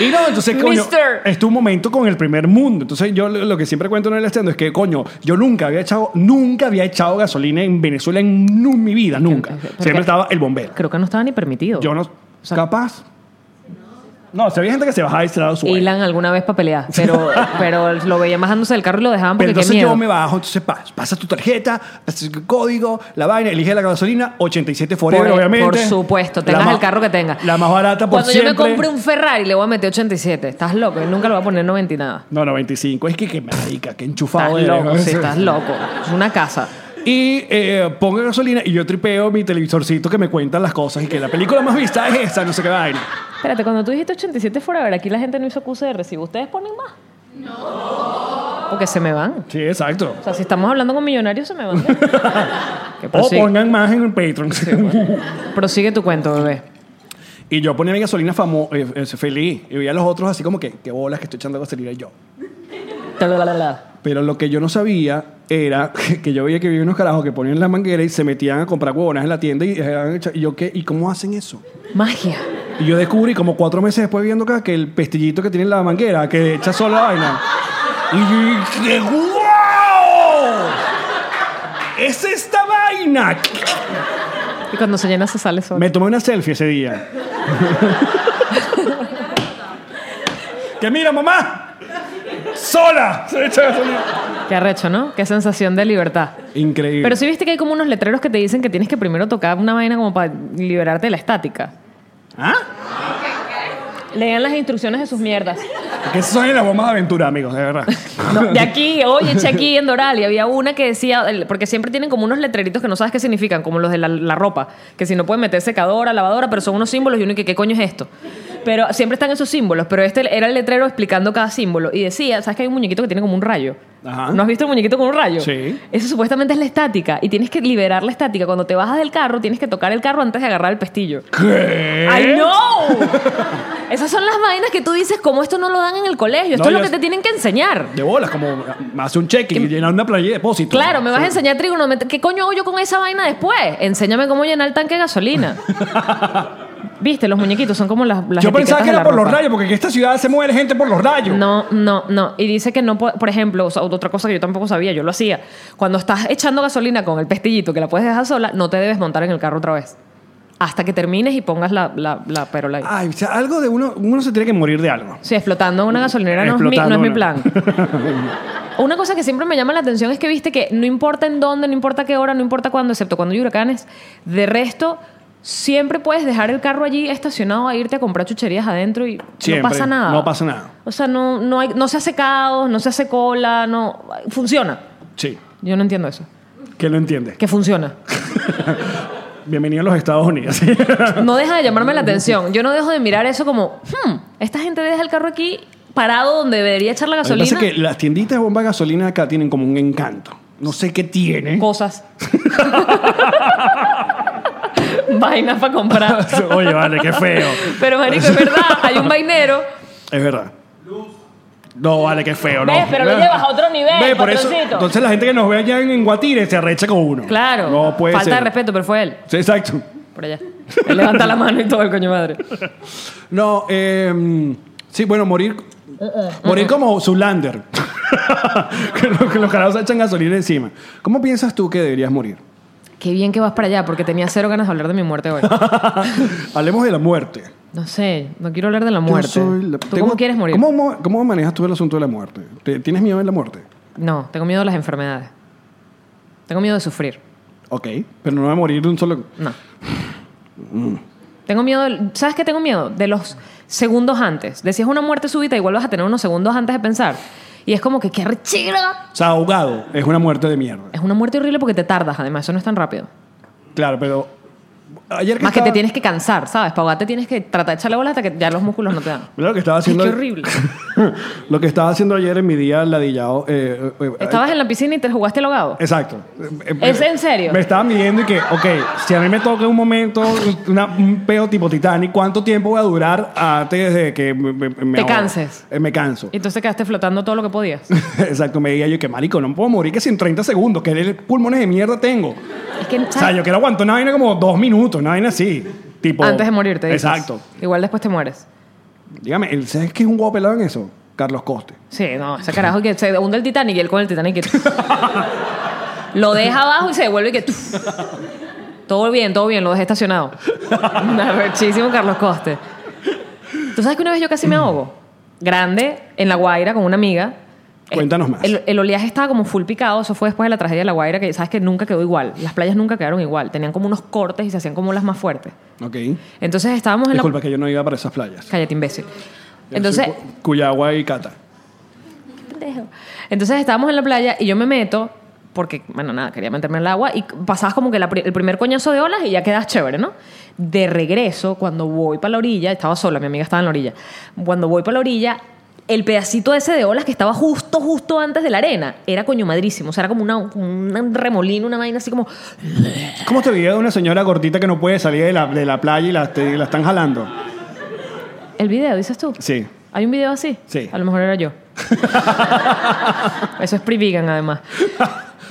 y no, entonces, coño,
Mister.
es tu momento con el primer mundo. Entonces, yo lo lo que siempre cuento en el estendo es que, coño, yo nunca había echado, nunca había echado gasolina en Venezuela en nu- mi vida, nunca.
porque- porque-
Siempre estaba el bombero.
Creo que no estaba ni permitido.
Yo no, capaz. No, se había gente que se bajaba y se daba su vaina.
Ilan alguna vez para pelear, pero, pero lo veían bajándose del carro y lo dejaban
Pero
porque qué
entonces
miedo.
yo me bajo, entonces pa- pasa tu tarjeta, pasa tu código, la vaina, elige la gasolina, 87 Forever,
Por-
obviamente.
Por supuesto,
La
tengas
más-
el carro que tengas.
La más barata por
Cuando
siempre.
yo me compre un Ferrari, le voy a meter 87. Estás loco, yo nunca le voy a poner 90 y nada.
No, 95. Es que qué marica, qué enchufado
Estás
eres.
loco, sí, estás loco. Es una casa.
Y eh, pongo gasolina y yo tripeo mi televisorcito que me cuentan las cosas y que la película más vista es esta, no sé qué vaina.
Espérate, cuando tú dijiste 87 Forever, aquí la gente no hizo acuse de recibo. ¿Ustedes ponen más? No. Porque se me van.
Sí, exacto.
O sea, si estamos hablando con millonarios, se me van. Que
O
prosigue,
pongan más en Patreon.
pues. prosigue tu cuento, bebé.
Y yo ponía mi gasolina famo- eh, eh, feliz y veía a los otros así como que, qué bolas que estoy echando gasolina y yo.
Talalala.
Pero lo que yo no sabía era que yo veía que vivía unos carajos que ponían la manguera y se metían a comprar huevonas en la tienda y, dejaban echar- y yo qué, ¿y cómo hacen eso?
Magia.
Y yo descubrí como cuatro meses después viendo acá que el pestillito que tiene en la manguera, que echa sola la vaina. Y yo dije, ¡wow! ¡Es esta vaina!
Y cuando se llena, se sale solo.
Me tomé una selfie ese día. que mira, mamá, sola. Se echa gasolina.
Qué arrecho, ¿no? Qué sensación de libertad.
Increíble.
Pero sí viste que hay como unos letreros que te dicen que tienes que primero tocar una vaina como para liberarte de la estática.
¿Ah?
Lean las instrucciones de sus mierdas.
Que esas son las bombas de aventura, amigos, de verdad.
No, de aquí, oye, eché aquí en Doral y había una que decía, el- porque siempre tienen como unos letreritos que no sabes qué significan, como los de la, la ropa, que si no pueden meter secadora, lavadora, pero son unos símbolos y uno que qué coño es esto. Pero siempre están esos símbolos, pero este era el letrero explicando cada símbolo y decía, ¿sabes que hay un muñequito que tiene como un rayo?
Ajá.
¿No has visto el muñequito con un rayo?
Sí.
Eso supuestamente es la estática y tienes que liberar la estática. Cuando te bajas del carro, tienes que tocar el carro antes de agarrar el pestillo.
¿Qué?
¡Ay, no! Esas son las vainas que tú dices, como esto no lo dan en el colegio, esto
No,
es lo
yo-
que te tienen que enseñar.
De bolas, como hace un cheque y llenar una playa de depósito.
Claro, me vas a enseñar trigonometría. ¿Qué coño hago yo con esa vaina después? Enséñame cómo llenar el tanque de gasolina. Viste, los muñequitos son como las. las
Yo
etiquetas
pensaba que
de
era
la
por los
ropa.
rayos, porque en esta ciudad se muere gente por los rayos.
No, no, no. Y dice que no, po- por ejemplo, o sea, otra cosa que yo tampoco sabía, yo lo hacía. Cuando estás echando gasolina con el pestillito que la puedes dejar sola, no te debes montar en el carro otra vez. hasta que termines y pongas la, la, la perola ahí.
Ay, o sea, algo de uno, uno se tiene que morir de algo.
Sí, explotando una gasolinera no es, mi, no
Explotando
es mi
una.
plan. Una cosa que siempre me llama la atención es que viste que no importa en dónde, no importa qué hora, no importa cuándo, excepto cuando hay huracanes, de resto siempre puedes dejar el carro allí estacionado a irte a comprar chucherías adentro y
Siempre.
no pasa nada.
No pasa nada.
O sea, no, no, hay, no se hace caos, no se hace cola, no... Funciona.
Sí.
Yo no entiendo eso.
¿Quién lo entiende?
Que funciona.
Bienvenido a los Estados Unidos.
No deja de llamarme la atención. Yo no dejo de mirar eso como, hmm, esta gente deja el carro aquí parado donde debería echar la
Lo que pasa
gasolina.
es que las tienditas de bomba de gasolina acá tienen como un encanto. No sé qué tiene.
Cosas. Vainas para comprar.
Oye, vale, qué feo.
Pero, marico, es verdad, hay un vainero.
Es verdad. No, vale, qué feo, ¿no?
¿Ves? Pero lo llevas a otro nivel,
Ve, por eso,
patroncito.
entonces la gente que nos ve allá en, en Guatire se arrecha con uno.
Claro.
No puede
Falta
ser.
de respeto, pero fue él.
Sí, exacto.
Por allá. Él levanta la mano y todo el coño madre.
No, eh, sí, bueno, morir.
Eh,
Morir como Zulander. que los, que los carajos se echan gasolina encima. ¿Cómo piensas tú que deberías morir?
Qué bien que vas para allá, porque tenía cero ganas de hablar de mi muerte hoy.
Hablemos de la muerte.
No sé, no quiero hablar de la
Yo
muerte.
soy la-
¿Tú
tengo-
cómo quieres morir?
¿cómo, mo- cómo manejas tú el asunto de la muerte? ¿Te- ¿Tienes miedo de la muerte?
No, tengo miedo a las enfermedades. Tengo miedo de sufrir.
Ok, pero no va a morir de un solo...
No.
Mm.
Tengo miedo, del- ¿sabes qué tengo miedo? De los segundos antes. Decías una muerte súbita, igual vas a tener unos segundos antes de pensar. Y es como que, qué arrechera.
O sea, ahogado es una muerte de mierda.
Es una muerte horrible porque te tardas, además, eso no es tan rápido.
Claro, pero... Ayer que
Más que te
estaba-
tienes que cansar, ¿sabes? Para ahogarte tienes que tratar de echarle bola hasta que ya los músculos no te dan.
Mira lo que estaba
Ay,
haciendo...
qué horrible.
lo que estaba haciendo ayer en mi día ladillado... eh, eh, eh,
Estabas en la piscina y te jugaste el ahogado.
Exacto. Eh,
¿Es en serio?
Me estaba midiendo y que, ok, si a mí me toca un momento, una- un peo tipo Titanic, ¿cuánto tiempo voy a durar antes de que me, me- me
Te
ahogue?
canses.
Eh, me canso.
Y entonces quedaste flotando todo lo que podías.
Exacto, me decía yo que marico, no puedo morir que sin 30 segundos, que el- pulmones de mierda tengo.
Es que,
O sea,
¿sabes?
yo quiero aguantar una vaina como dos minutos, una vaina así. Tipo,
Antes de morirte. dices.
Exacto.
Igual después te mueres.
Dígame, ¿el- ¿sabes qué es un guapo pelado en eso? Carlos Coste.
Sí, no, ese carajo que se hunde el Titanic y él con el Titanic. que- lo deja abajo y se devuelve y que. todo bien, todo bien, lo dejé estacionado. Muchísimo Carlos Coste. ¿Tú sabes que una vez yo casi me ahogo? Grande, en La Guaira, con una amiga.
Cuéntanos más.
El, el oleaje estaba como full picado, eso fue después de la tragedia de La Guaira, que sabes que nunca quedó igual. Las playas nunca quedaron igual, tenían como unos cortes y se hacían como las más fuertes.
Ok.
Entonces estábamos en
Disculpa
la...
que yo no iba para esas playas.
Cállate, imbécil. Entonces...
Yo soy cu- Cuyagua y Cata.
pendejo. Entonces estábamos en la playa y yo me meto porque, bueno, nada, quería meterme en el agua y pasabas como que la pri- el primer coñazo de olas y ya quedas chévere, ¿no? De regreso, cuando voy para la orilla, estaba sola, mi amiga estaba en la orilla, cuando voy para la orilla, el pedacito ese de olas que estaba justo, justo antes de la arena, era coño madrísimo, o sea, era como una, como un remolino, una vaina así como...
¿Cómo te video de una señora gordita que no puede salir de la, de la playa y la, te- la están jalando?
El video, dices tú.
Sí.
¿Hay un video así?
Sí.
A lo mejor era yo. Eso es pre-vegan, además.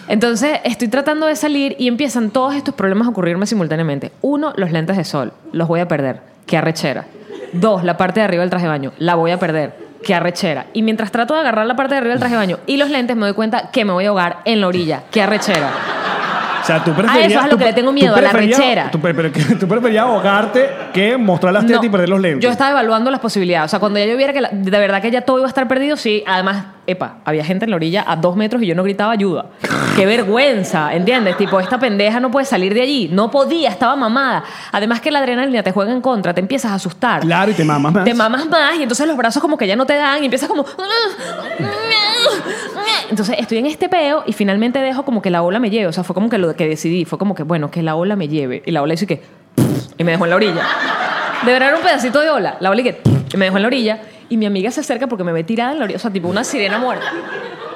Entonces, estoy tratando de salir y empiezan todos estos problemas a ocurrirme simultáneamente. Uno, los lentes de sol. Los voy a perder. Qué arrechera. Dos, la parte de arriba del traje de baño. La voy a perder. Qué arrechera. Y mientras trato de agarrar la parte de arriba del traje de baño y los lentes, me doy cuenta que me voy a ahogar en la orilla. Qué arrechera.
O sea, tú preferías...
eso es a lo
tú
que le
pre-
tengo
tú
miedo, a la
preferías-
rechera.
Tú, pre- pero que- tú preferías ahogarte que mostrar las tetas
No,
y perder los lentes.
Yo estaba evaluando las posibilidades. O sea, cuando ya yo viera que la- de verdad que ya todo iba a estar perdido, sí. Además, epa, había gente en la orilla a dos metros y yo no gritaba ayuda. ¡Qué vergüenza! ¿Entiendes? Tipo, esta pendeja no puede salir de allí. No podía, estaba mamada. Además que la adrenalina te juega en contra, te empiezas a asustar.
Claro, y te mamas más.
Te mamas más y entonces los brazos como que ya no te dan y empiezas como... Entonces estoy en este peo y finalmente dejo como que la ola me lleve. O sea, fue como que lo que decidí. Fue como que, bueno, que la ola me lleve. Y la ola hizo y que... Y me dejó en la orilla. De verdad era un pedacito de ola. La ola y que... Y me dejó en la orilla. Y mi amiga se acerca porque me ve tirada en la orilla. O sea, tipo una sirena muerta.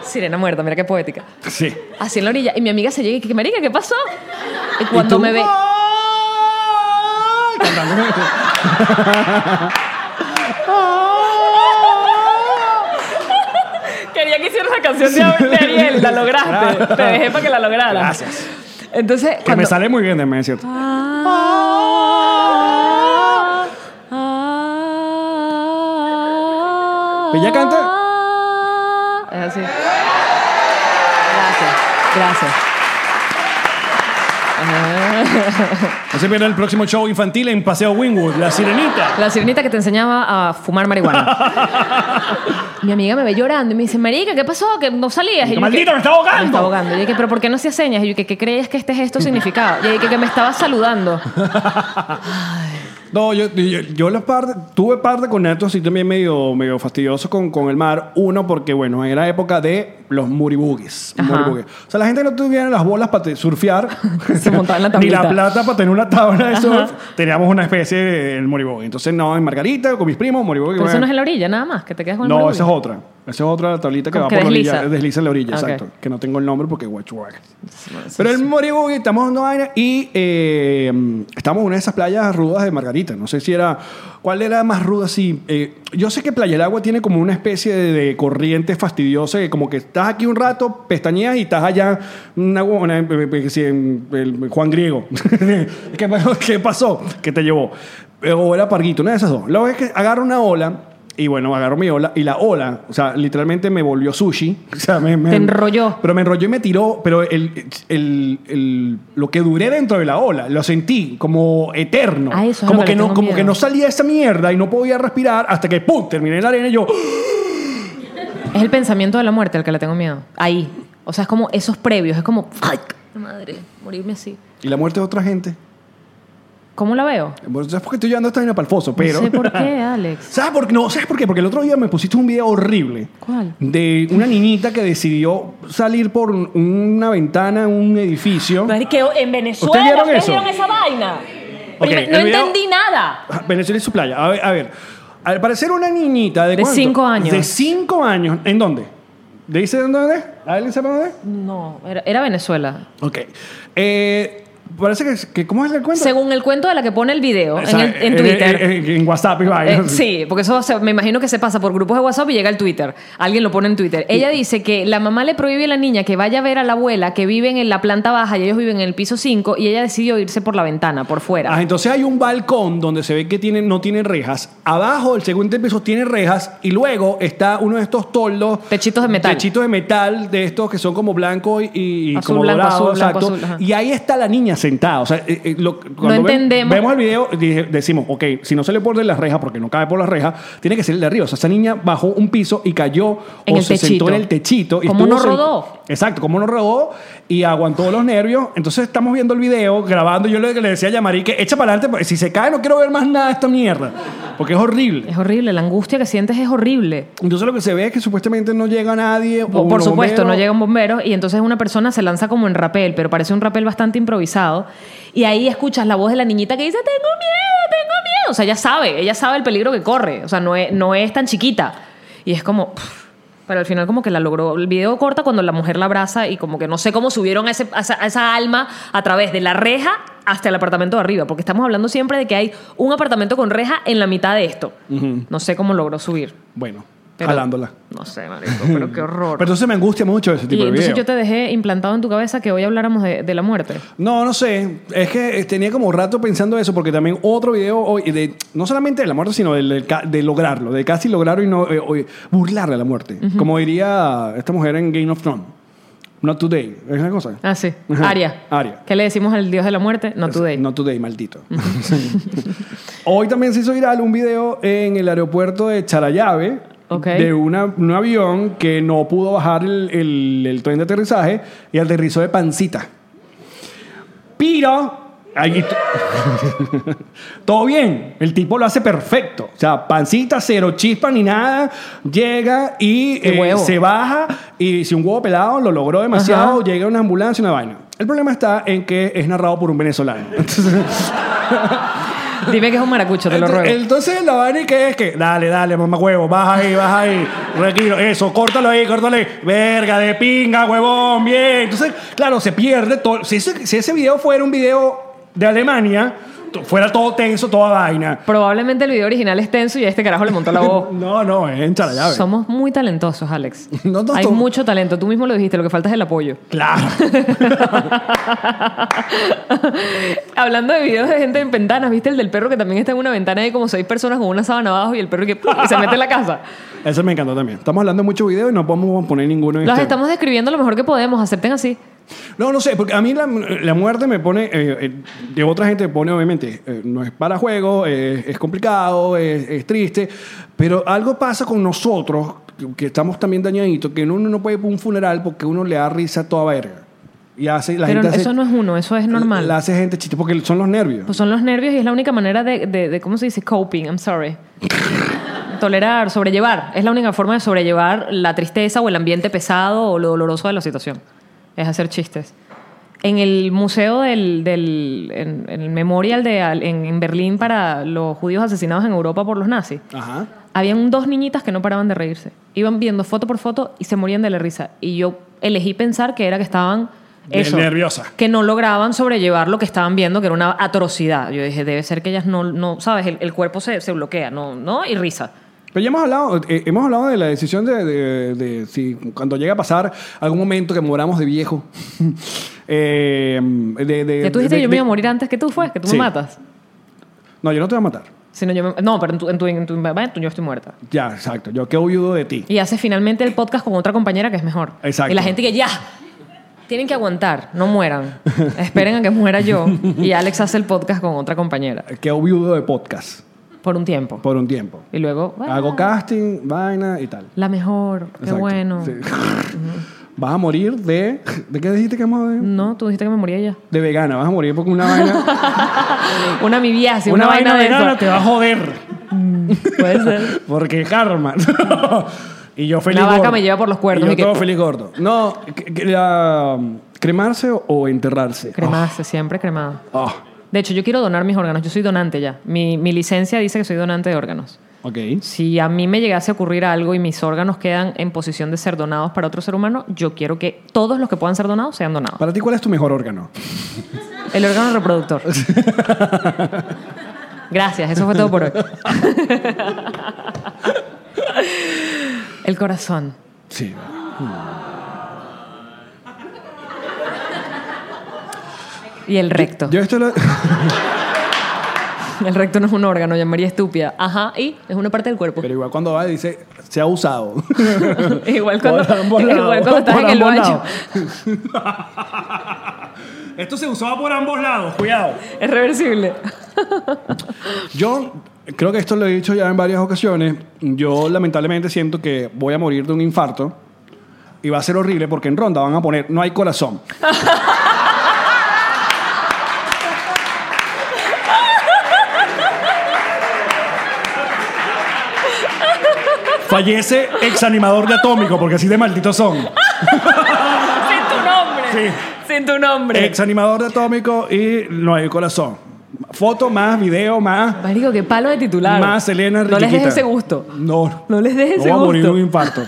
Sirena muerta, mira qué poética.
Sí.
Así en la orilla. Y mi amiga se llega y que, marica, ¿qué pasó? Y
Y
cuando
tú,
me ve...
¡ay! Cantando.
Quería que hicieras la canción de Ab- de Ariel, la lograste. Te dejé para que la lograras.
Gracias.
Entonces,
Que me
cuando-
sale muy bien, de es cierto. ¿Ella canta?
Es así. Gracias, gracias.
No se pierdan el próximo show infantil en Paseo Wingwood, La Sirenita.
La sirenita que te enseñaba a fumar marihuana. Mi amiga me ve llorando y me dice, Marica, ¿qué pasó? Que no salías. Y yo,
Este ¡Maldito,
¿qué?
me está ahogando!
Me está ahogando. Y yo dije, ¿pero por qué no hacía señas? Y yo, ¿qué, qué crees que este gesto significaba? Y yo dije, que me estaba saludando.
No, yo, yo, yo la parte, tuve parte con esto así también medio, medio fastidioso con, con el mar. Uno, porque bueno, era época de los muribugues.
Ajá.
muribugues. O sea, la gente no tuviera las bolas para te- surfear.
Se montaba en la
Ni
tablita.
la plata para tener una tabla de surf. Teníamos una especie de muribugue. Entonces, no, en Margarita, con mis primos, muribugue.
Pero eso
bueno.
no es en la orilla, nada más, que te quedas con el
No,
maravillo.
esa es otra. Esa es otra tablita que
Como
va
que
por la
desliza.
orilla. Desliza en la orilla,
Ok.
exacto. Que no tengo el nombre porque guachuaga. Pero el Moribugi, estamos en una vaina y eh, estamos en una de esas playas rudas de Margarita. No sé si era. ¿Cuál era la más ruda? Sí. eh, yo sé que Playa del Agua tiene como una especie de, de corriente fastidiosa que como que estás aquí un rato, pestañeas y estás allá una, una- eh, eh, sí, en el Juan Griego. ¿Qué, pasó? ¿Qué pasó? ¿Qué te llevó? Eh, O era Parguito, una de esas dos. Luego es que agarro una ola. Y bueno, agarro mi ola y la ola, o sea, literalmente me volvió sushi. O sea, me, me-
Te enrolló.
Pero me enrolló y me tiró, pero el, el- el- lo que duré dentro de la ola, lo sentí como eterno.
A Ah, eso es lo
como
que
que
le
no,
tengo
como
miedo.
que no salía esa mierda y no podía respirar hasta que pum, terminé en la arena y yo ¡ah!
Es el pensamiento de la muerte al que le tengo miedo. Ahí. O sea, es como esos previos. Es como, ay, madre, morirme así.
y la muerte de otra gente.
¿Cómo la veo?
Bueno, ¿Sabes por qué estoy llevando esta vaina para el foso? Pero
No sé por qué, Alex.
¿Sabes por qué? No, ¿sabes por qué? Porque el otro día me pusiste un video horrible.
¿Cuál?
De una niñita que decidió salir por una ventana en un edificio.
que en Venezuela
¿Ustedes vieron ustedes eso? vieron esa
vaina.
Ok, Primer- no el video- entendí
nada.
Ah, Venezuela y su playa. A ver, a ver. Al parecer una niñita de
De
cuánto?
cinco años.
De cinco años. ¿En dónde? ¿Dice en dónde? ¿Alguien sabe dónde?
No, era, era Venezuela.
Ok. Eh, parece que, que- ¿Cómo es el cuento?
Según el cuento de la que pone el video
O
en,
sea,
el- en
eh,
Twitter.
eh, eh, en WhatsApp y
Eh,
vaina.
sí, porque eso se- me imagino que se pasa por grupos de WhatsApp y llega al Twitter. Alguien lo pone en Twitter. Ella dice que la mamá le prohíbe a la niña que vaya a ver a la abuela que viven en la planta baja y ellos viven en el piso 5 y ella decidió irse por la ventana, por fuera.
Ah, entonces hay un balcón donde se ve que tiene, no tiene rejas. Abajo, el segundo piso tiene rejas. Y luego está uno de estos toldos.
Techitos de metal.
Techitos de metal, de estos que son como blanco y, y
Azul,
como
blanco,
dorado.
azul, blanco,
exacto.
azul, ajá.
y ahí está la niña sentada. O sea, eh, eh, lo- cuando ve-
entendemos.
Vemos el video y dije- decimos, ok, si no se le por de las rejas, porque no cabe por las rejas, tiene que ser el de arriba. O sea, esa niña bajó un piso y cayó
En
o
el
se sentó
techito.
en el techito. y
Como
estuvo
no
sent-
rodó.
Exacto, como nos robó y aguantó los nervios. Entonces estamos viendo el video, grabando. Yo le, le decía a Yamari que echa para adelante, porque si se cae no quiero ver más nada de esta mierda, porque es horrible.
Es horrible, la angustia que sientes es horrible.
Entonces lo que se ve es que supuestamente no llega nadie. o
Por, por
los
supuesto,
bomberos.
no llega un bombero y entonces una persona se lanza como en rapel, pero parece un rapel bastante improvisado. Y ahí escuchas la voz de la niñita que dice, tengo miedo, tengo miedo. O sea, ella sabe, ella sabe el peligro que corre. O sea, no es, no es tan chiquita. Y es como... pff, pero al final como que la logró. El video corta cuando la mujer la abraza y como que no sé cómo subieron a, ese- a esa, a esa alma a través de la reja hasta el apartamento de arriba, porque estamos hablando siempre de que hay un apartamento con reja en la mitad de esto. No sé cómo logró subir.
Bueno,
pero-
jalándola.
No sé, marico, pero qué horror.
Pero entonces me angustia mucho ese tipo
Y
de
entonces
video.
yo te dejé implantado en tu cabeza que hoy habláramos de, de la muerte.
No, no sé. Es que eh, tenía como rato pensando eso, porque también otro video hoy, de, no solamente de la muerte, sino del- del ca- de, lograrlo, de casi lograrlo y no eh, oye, burlarle a la muerte. Como diría esta mujer en Game of Thrones. Not today. Es una cosa.
Ah, sí.
Ajá.
Aria.
Aria.
¿Qué le decimos al dios de la muerte? No today.
Not today, maldito. Hoy también se hizo viral un video en el aeropuerto de Charayave
Ok.
de una- un avión que no pudo bajar el, el- el tren de aterrizaje y aterrizó de pancita. Pero... ahí t- todo bien, el tipo lo hace perfecto. O sea, pancita, cero chispa ni nada. Llega y eh,
Qué huevo.
se baja y si un huevo pelado lo logró demasiado,
Ajá.
llega una ambulancia y una vaina. El problema está en que es narrado por un venezolano. Entonces,
Dime que es un maracucho, te lo ruego.
entonces la vaina que es que, dale, dale, mamá huevo, baja ahí, baja ahí, tranquilo, eso, córtalo ahí, córtalo ahí, verga de pinga, huevón, bien. Entonces, claro, se pierde todo. Si ese, si ese video fuera un video de Alemania, to- fuera todo tenso, toda vaina.
Probablemente el video original es tenso y a este carajo le montó la voz.
No, no, es en Charallave.
Somos muy talentosos, Alex.
No, no,
Hay
to-
mucho talento. Tú mismo lo dijiste, lo que falta es el apoyo.
Claro.
Hablando de videos de gente en ventanas, ¿viste el del perro que también está en una ventana y hay como seis personas con una sábana abajo y el perro que ¡pum! y se mete en la casa?
Eso me encantó también. Estamos hablando de muchos videos y no podemos poner ninguno en
Los
este.
estamos describiendo lo mejor que podemos, acepten así.
No, no sé, porque a mí la, la muerte me pone, eh, eh, de otra gente me pone, obviamente, eh, no es para juego, eh, es complicado, es, es triste, pero algo pasa con nosotros, que- que estamos también dañaditos, que uno no puede ir a un funeral porque uno le da risa a toda verga. Y hace, la
Pero
gente hace-
eso no es uno, eso es normal.
La hace gente chiste, porque son los nervios.
Pues son los nervios y es la única manera de, de- de- ¿cómo se dice? Coping, I'm sorry. Tolerar, sobrellevar. Es la única forma de sobrellevar la tristeza o el ambiente pesado o lo doloroso de la situación. Es hacer chistes. En el museo del, del- en, en el memorial de, al- en, en Berlín para los judíos asesinados en Europa por los nazis,
Ajá.
habían dos niñitas que no paraban de reírse. Iban viendo foto por foto y se morían de la risa. Y yo elegí pensar que era que estaban...
De-
Eso,
nerviosa.
que no lograban sobrellevar lo que estaban viendo, que era una atrocidad. Yo dije, debe ser que ellas no, no ¿sabes? El, el cuerpo se, se bloquea, ¿no? ¿no? Y risa.
Pero ya hemos hablado, eh, hemos hablado de la decisión de, de- de si cuando llega a pasar algún momento que moramos de viejo. eh, de, de-
Ya tú dijiste,
de-
yo me
de-
iba a morir antes que tú, fue, que tú
Sí.
me matas.
No, yo no te voy a matar.
Si no, yo me- no, pero en tu, en, tu, en, tu, en tu- yo estoy muerta.
Ya, exacto. Yo quedo viudo de ti.
Y haces finalmente el podcast con otra compañera que es mejor.
Exacto.
Y la gente que ya, tienen que aguantar, no mueran. Esperen a que muera yo. Y Alex hace el podcast con otra compañera
Quedo viudo de podcast
por un tiempo.
por un tiempo.
Y luego, bueno,
Hago casting, vaina y tal.
la mejor, qué
Exacto.
bueno.
Sí. Vas a morir de... ¿De qué dijiste que vamos a morir?
No, tú dijiste que me moría ya.
De vegana. Vas a morir porque una vaina...
Una mibiasis, una, vaina, de
vegana
eso.
te va a joder.
Puede ser.
Porque karma. y yo feliz
Una vaca
gordo.
me lleva por los cuernos
Y yo
y que-
todo feliz gordo. No, que- que la- um, cremarse o- o enterrarse.
Cremaste, siempre cremado.
Oh,
De hecho, yo quiero donar mis órganos. Yo soy donante ya. Mi, mi licencia dice que soy donante de órganos.
oh, ok.
Si a mí me llegase a ocurrir algo y mis órganos quedan en posición de ser donados para otro ser humano, yo quiero que todos los que puedan ser donados sean donados.
Para ti, ¿cuál es tu mejor órgano?
El órgano reproductor. Gracias, eso fue todo por hoy. El corazón.
Sí.
Y el recto.
Yo esto lo...
El recto no es un órgano, llamaría estúpida. Ajá, y es una parte del cuerpo.
Pero igual cuando va dice, se ha usado.
igual
Por
cuando,
ambos lados,
igual cuando estás
por
en el
ambos
baño.
lados. Esto se usaba por ambos lados, cuidado.
Es reversible.
Yo creo que esto lo he dicho ya en varias ocasiones. Yo lamentablemente siento que voy a morir de un infarto y va a ser horrible porque en ronda van a poner no hay corazón. Fallece exanimador de atómico, porque así de malditos son.
Sin tu nombre.
Sí.
Sin tu nombre.
Exanimador de atómico y no hay corazón. Foto más, video más.
Marico, qué palo de titular.
Más Elena
No les
Riquiquita.
dejes ese gusto.
No.
No les dejes
No
ese
voy a morir de
gusto.
un infarto.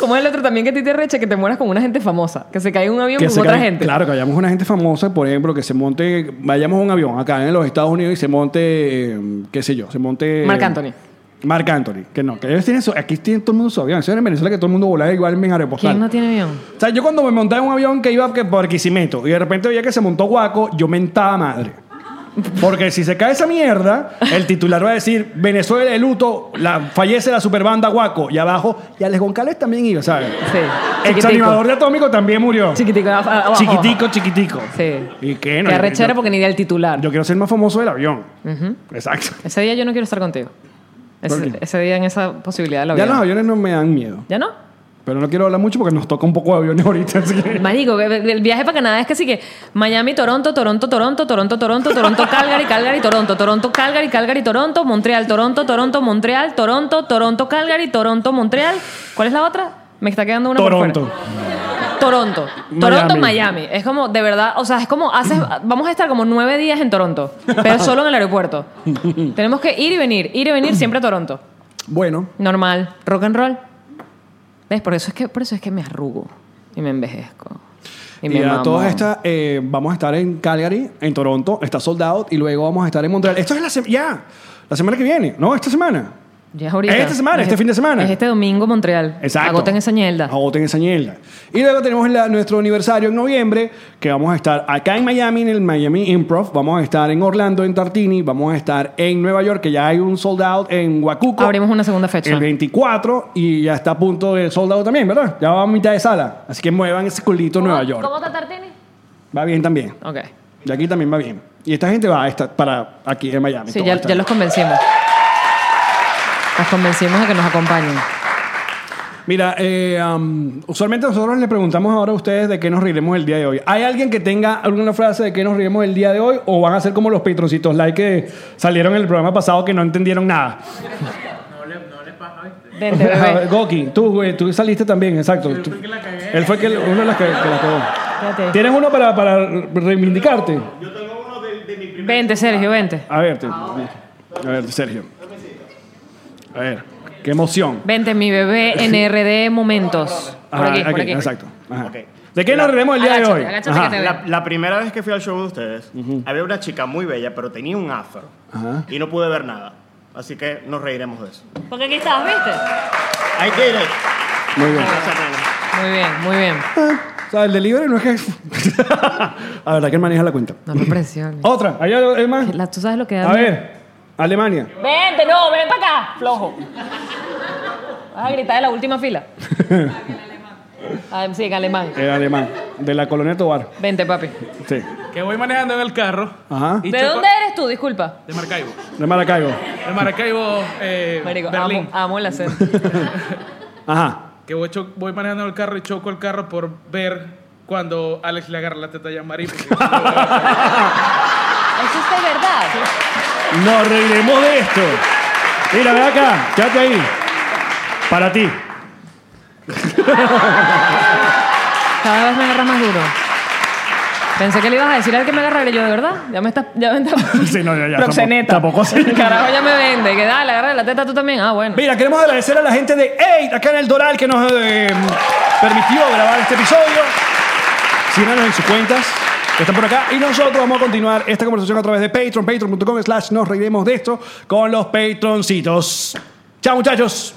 Como el otro también que a ti te reche que te mueras con una gente famosa. Que se caiga en un avión
Que
con
se
otra
caiga-
gente.
Claro, que vayamos una gente famosa, por ejemplo, que se monte, vayamos a un avión acá en los Estados Unidos y se monte, eh, qué sé yo, se monte... eh,
Marc Anthony.
Marc Anthony, que no, que ellos tienen su- aquí tiene todo el mundo su avión. Eso era en Venezuela que todo el mundo volaba igual en aeropostal.
¿Quién no tiene avión?
O sea, yo cuando me montaba en un avión que iba que por Quisimeto y de repente veía que se montó Guaco, yo mentaba madre. Porque si se cae esa mierda, el titular va a decir Venezuela de luto, la, fallece la superbanda Guaco. Y abajo, y Alex Goncalves también iba, ¿sabes?
Sí.
Ex animador de Atómico también murió.
Chiquitico. abajo, abajo.
Chiquitico, chiquitico.
Sí.
¿Y qué? No,
Que
yo-
arrechera
yo-
porque ni idea el titular.
Yo quiero ser más famoso del avión. Exacto.
Ese día yo no quiero estar contigo. Ese,
¿Por qué?
ese día en esa posibilidad del
Ya
avión.
los aviones no me dan miedo.
¿Ya no?
Pero no quiero hablar mucho porque nos toca un poco de aviones ahorita. así que-
Marico, que el viaje para Canadá es que sí que Miami, Toronto, Toronto, Toronto, Toronto, Toronto, Toronto, Calgary, Calgary, Toronto, Toronto, Calgary, Calgary, Toronto, Montreal, Toronto, Toronto, Montreal, Toronto, Toronto, Calgary, Toronto, Montreal. ¿Cuál es la otra? Me está quedando una por
Toronto.
fuera. Toronto.
Miami.
Toronto, Miami. Es como, de verdad, o sea, es como, haces, vamos a estar como nueve días en Toronto, pero solo en el aeropuerto. Tenemos que ir y venir, ir y venir siempre a Toronto.
Bueno,
Normal. Rock and roll. ¿Ves? Por eso es que, por eso es que me arrugo y me envejezco. Y,
Y
me
a
mamo.
todas estas, eh, vamos a estar en Calgary, en Toronto, está sold out, y luego vamos a estar en Montreal. Esto es la semana, ya, la semana que viene, ¿no? Esta semana.
Ya es ahorita.
Esta semana, este fin de semana.
Es este domingo Montreal.
Exacto.
Agoten esa ñelda.
Agoten esa ñelda. Y luego tenemos la- nuestro aniversario en noviembre, que vamos a estar acá en Miami, en el Miami Improv. Vamos a estar en Orlando, en Tartini. Vamos a estar en Nueva York, que ya hay un sold out en Huacuco.
Abrimos una segunda fecha.
El 24 y ya está a punto de sold out también, ¿verdad? Ya va a mitad de sala. Así que muevan ese culito en Nueva York.
¿Cómo está Tartini?
Va bien también.
Ok.
Y aquí también va bien. Y esta gente va a estar para aquí en Miami.
Sí,
Todo
ya,
está
ya
bien.
los convencimos. Los convencimos a que nos acompañen.
Mira, eh, am, usualmente nosotros le preguntamos ahora a ustedes de qué nos riremos el día de hoy. ¿Hay alguien que tenga alguna frase de qué nos riremos el día de hoy? ¿O van a ser como los patroncitos like que salieron en el programa pasado que no entendieron nada?
Vente,
A ver,
bebé.
Goki, tú, güey, tú saliste también, exacto. Tú- Él fue que uno de los que, que la cagó.
Espérate.
¿Tienes uno para, para reivindicarte?
Vente, Sergio, vente.
A ver, te- a ver, Sergio. A ver, qué emoción.
Vente, mi bebé NRD Momentos. Por
Ajá,
aquí, por aquí.
Ah, Exacto. Ajá.
Ok.
¿De qué nos riremos el día de
Agáchate,
hoy?
agáchate
Ajá.
que te
La, la primera vez que fui al show de ustedes, había una chica muy bella, pero tenía un afro.
Ajá.
Y no pude ver nada. Así que nos reiremos de eso.
Porque aquí estás, ¿viste?
I did it.
Muy bien.
Gracias, nena.
Muy bien, muy bien.
O sea, el delivery no es que. la verdad que él maneja la cuenta.
No me presiones.
Otra, ¿hay algo hay más?
La- ¿Tú sabes lo que da?
Oh. A ver, Alemania.
Vente, no, ven para acá, flojo. Vas a gritar de la última fila. Ah, sí, en alemán.
El alemán, de la colonia Tobar.
Vente, papi.
Sí.
Que voy manejando en el carro.
Ajá.
Y
¿De
choco-
dónde eres tú? Disculpa.
De Maracaibo.
De Maracaibo.
De Maracaibo, eh,
Marico,
Berlín.
amo, amo el acento.
Ajá.
Que voy, cho- voy manejando en el carro y choco el carro por ver cuando Alex le agarra la teta a Yamari.
Eso es de verdad.
Nos reiremos de esto. Mira, ve acá, quédate ahí. Para ti.
Cada vez me agarra más duro. Pensé que le ibas a decir al que me agarra y yo, ¿de verdad? Ya me estás... Ya me estás...
Sí, no, ya, ya,
Proxeneta.
tampoco- tampoco sí.
Carajo, ya me vende. Que dale, agarra la teta tú también. Ah, bueno.
Mira, queremos agradecer a la gente de Eight, acá en el Doral, que nos eh, permitió grabar este episodio. Síganos en sus cuentas, que están por acá. Y nosotros vamos a continuar esta conversación a través de Patreon, patreon.com slash nos reiremos de esto con los patroncitos. Chao, muchachos.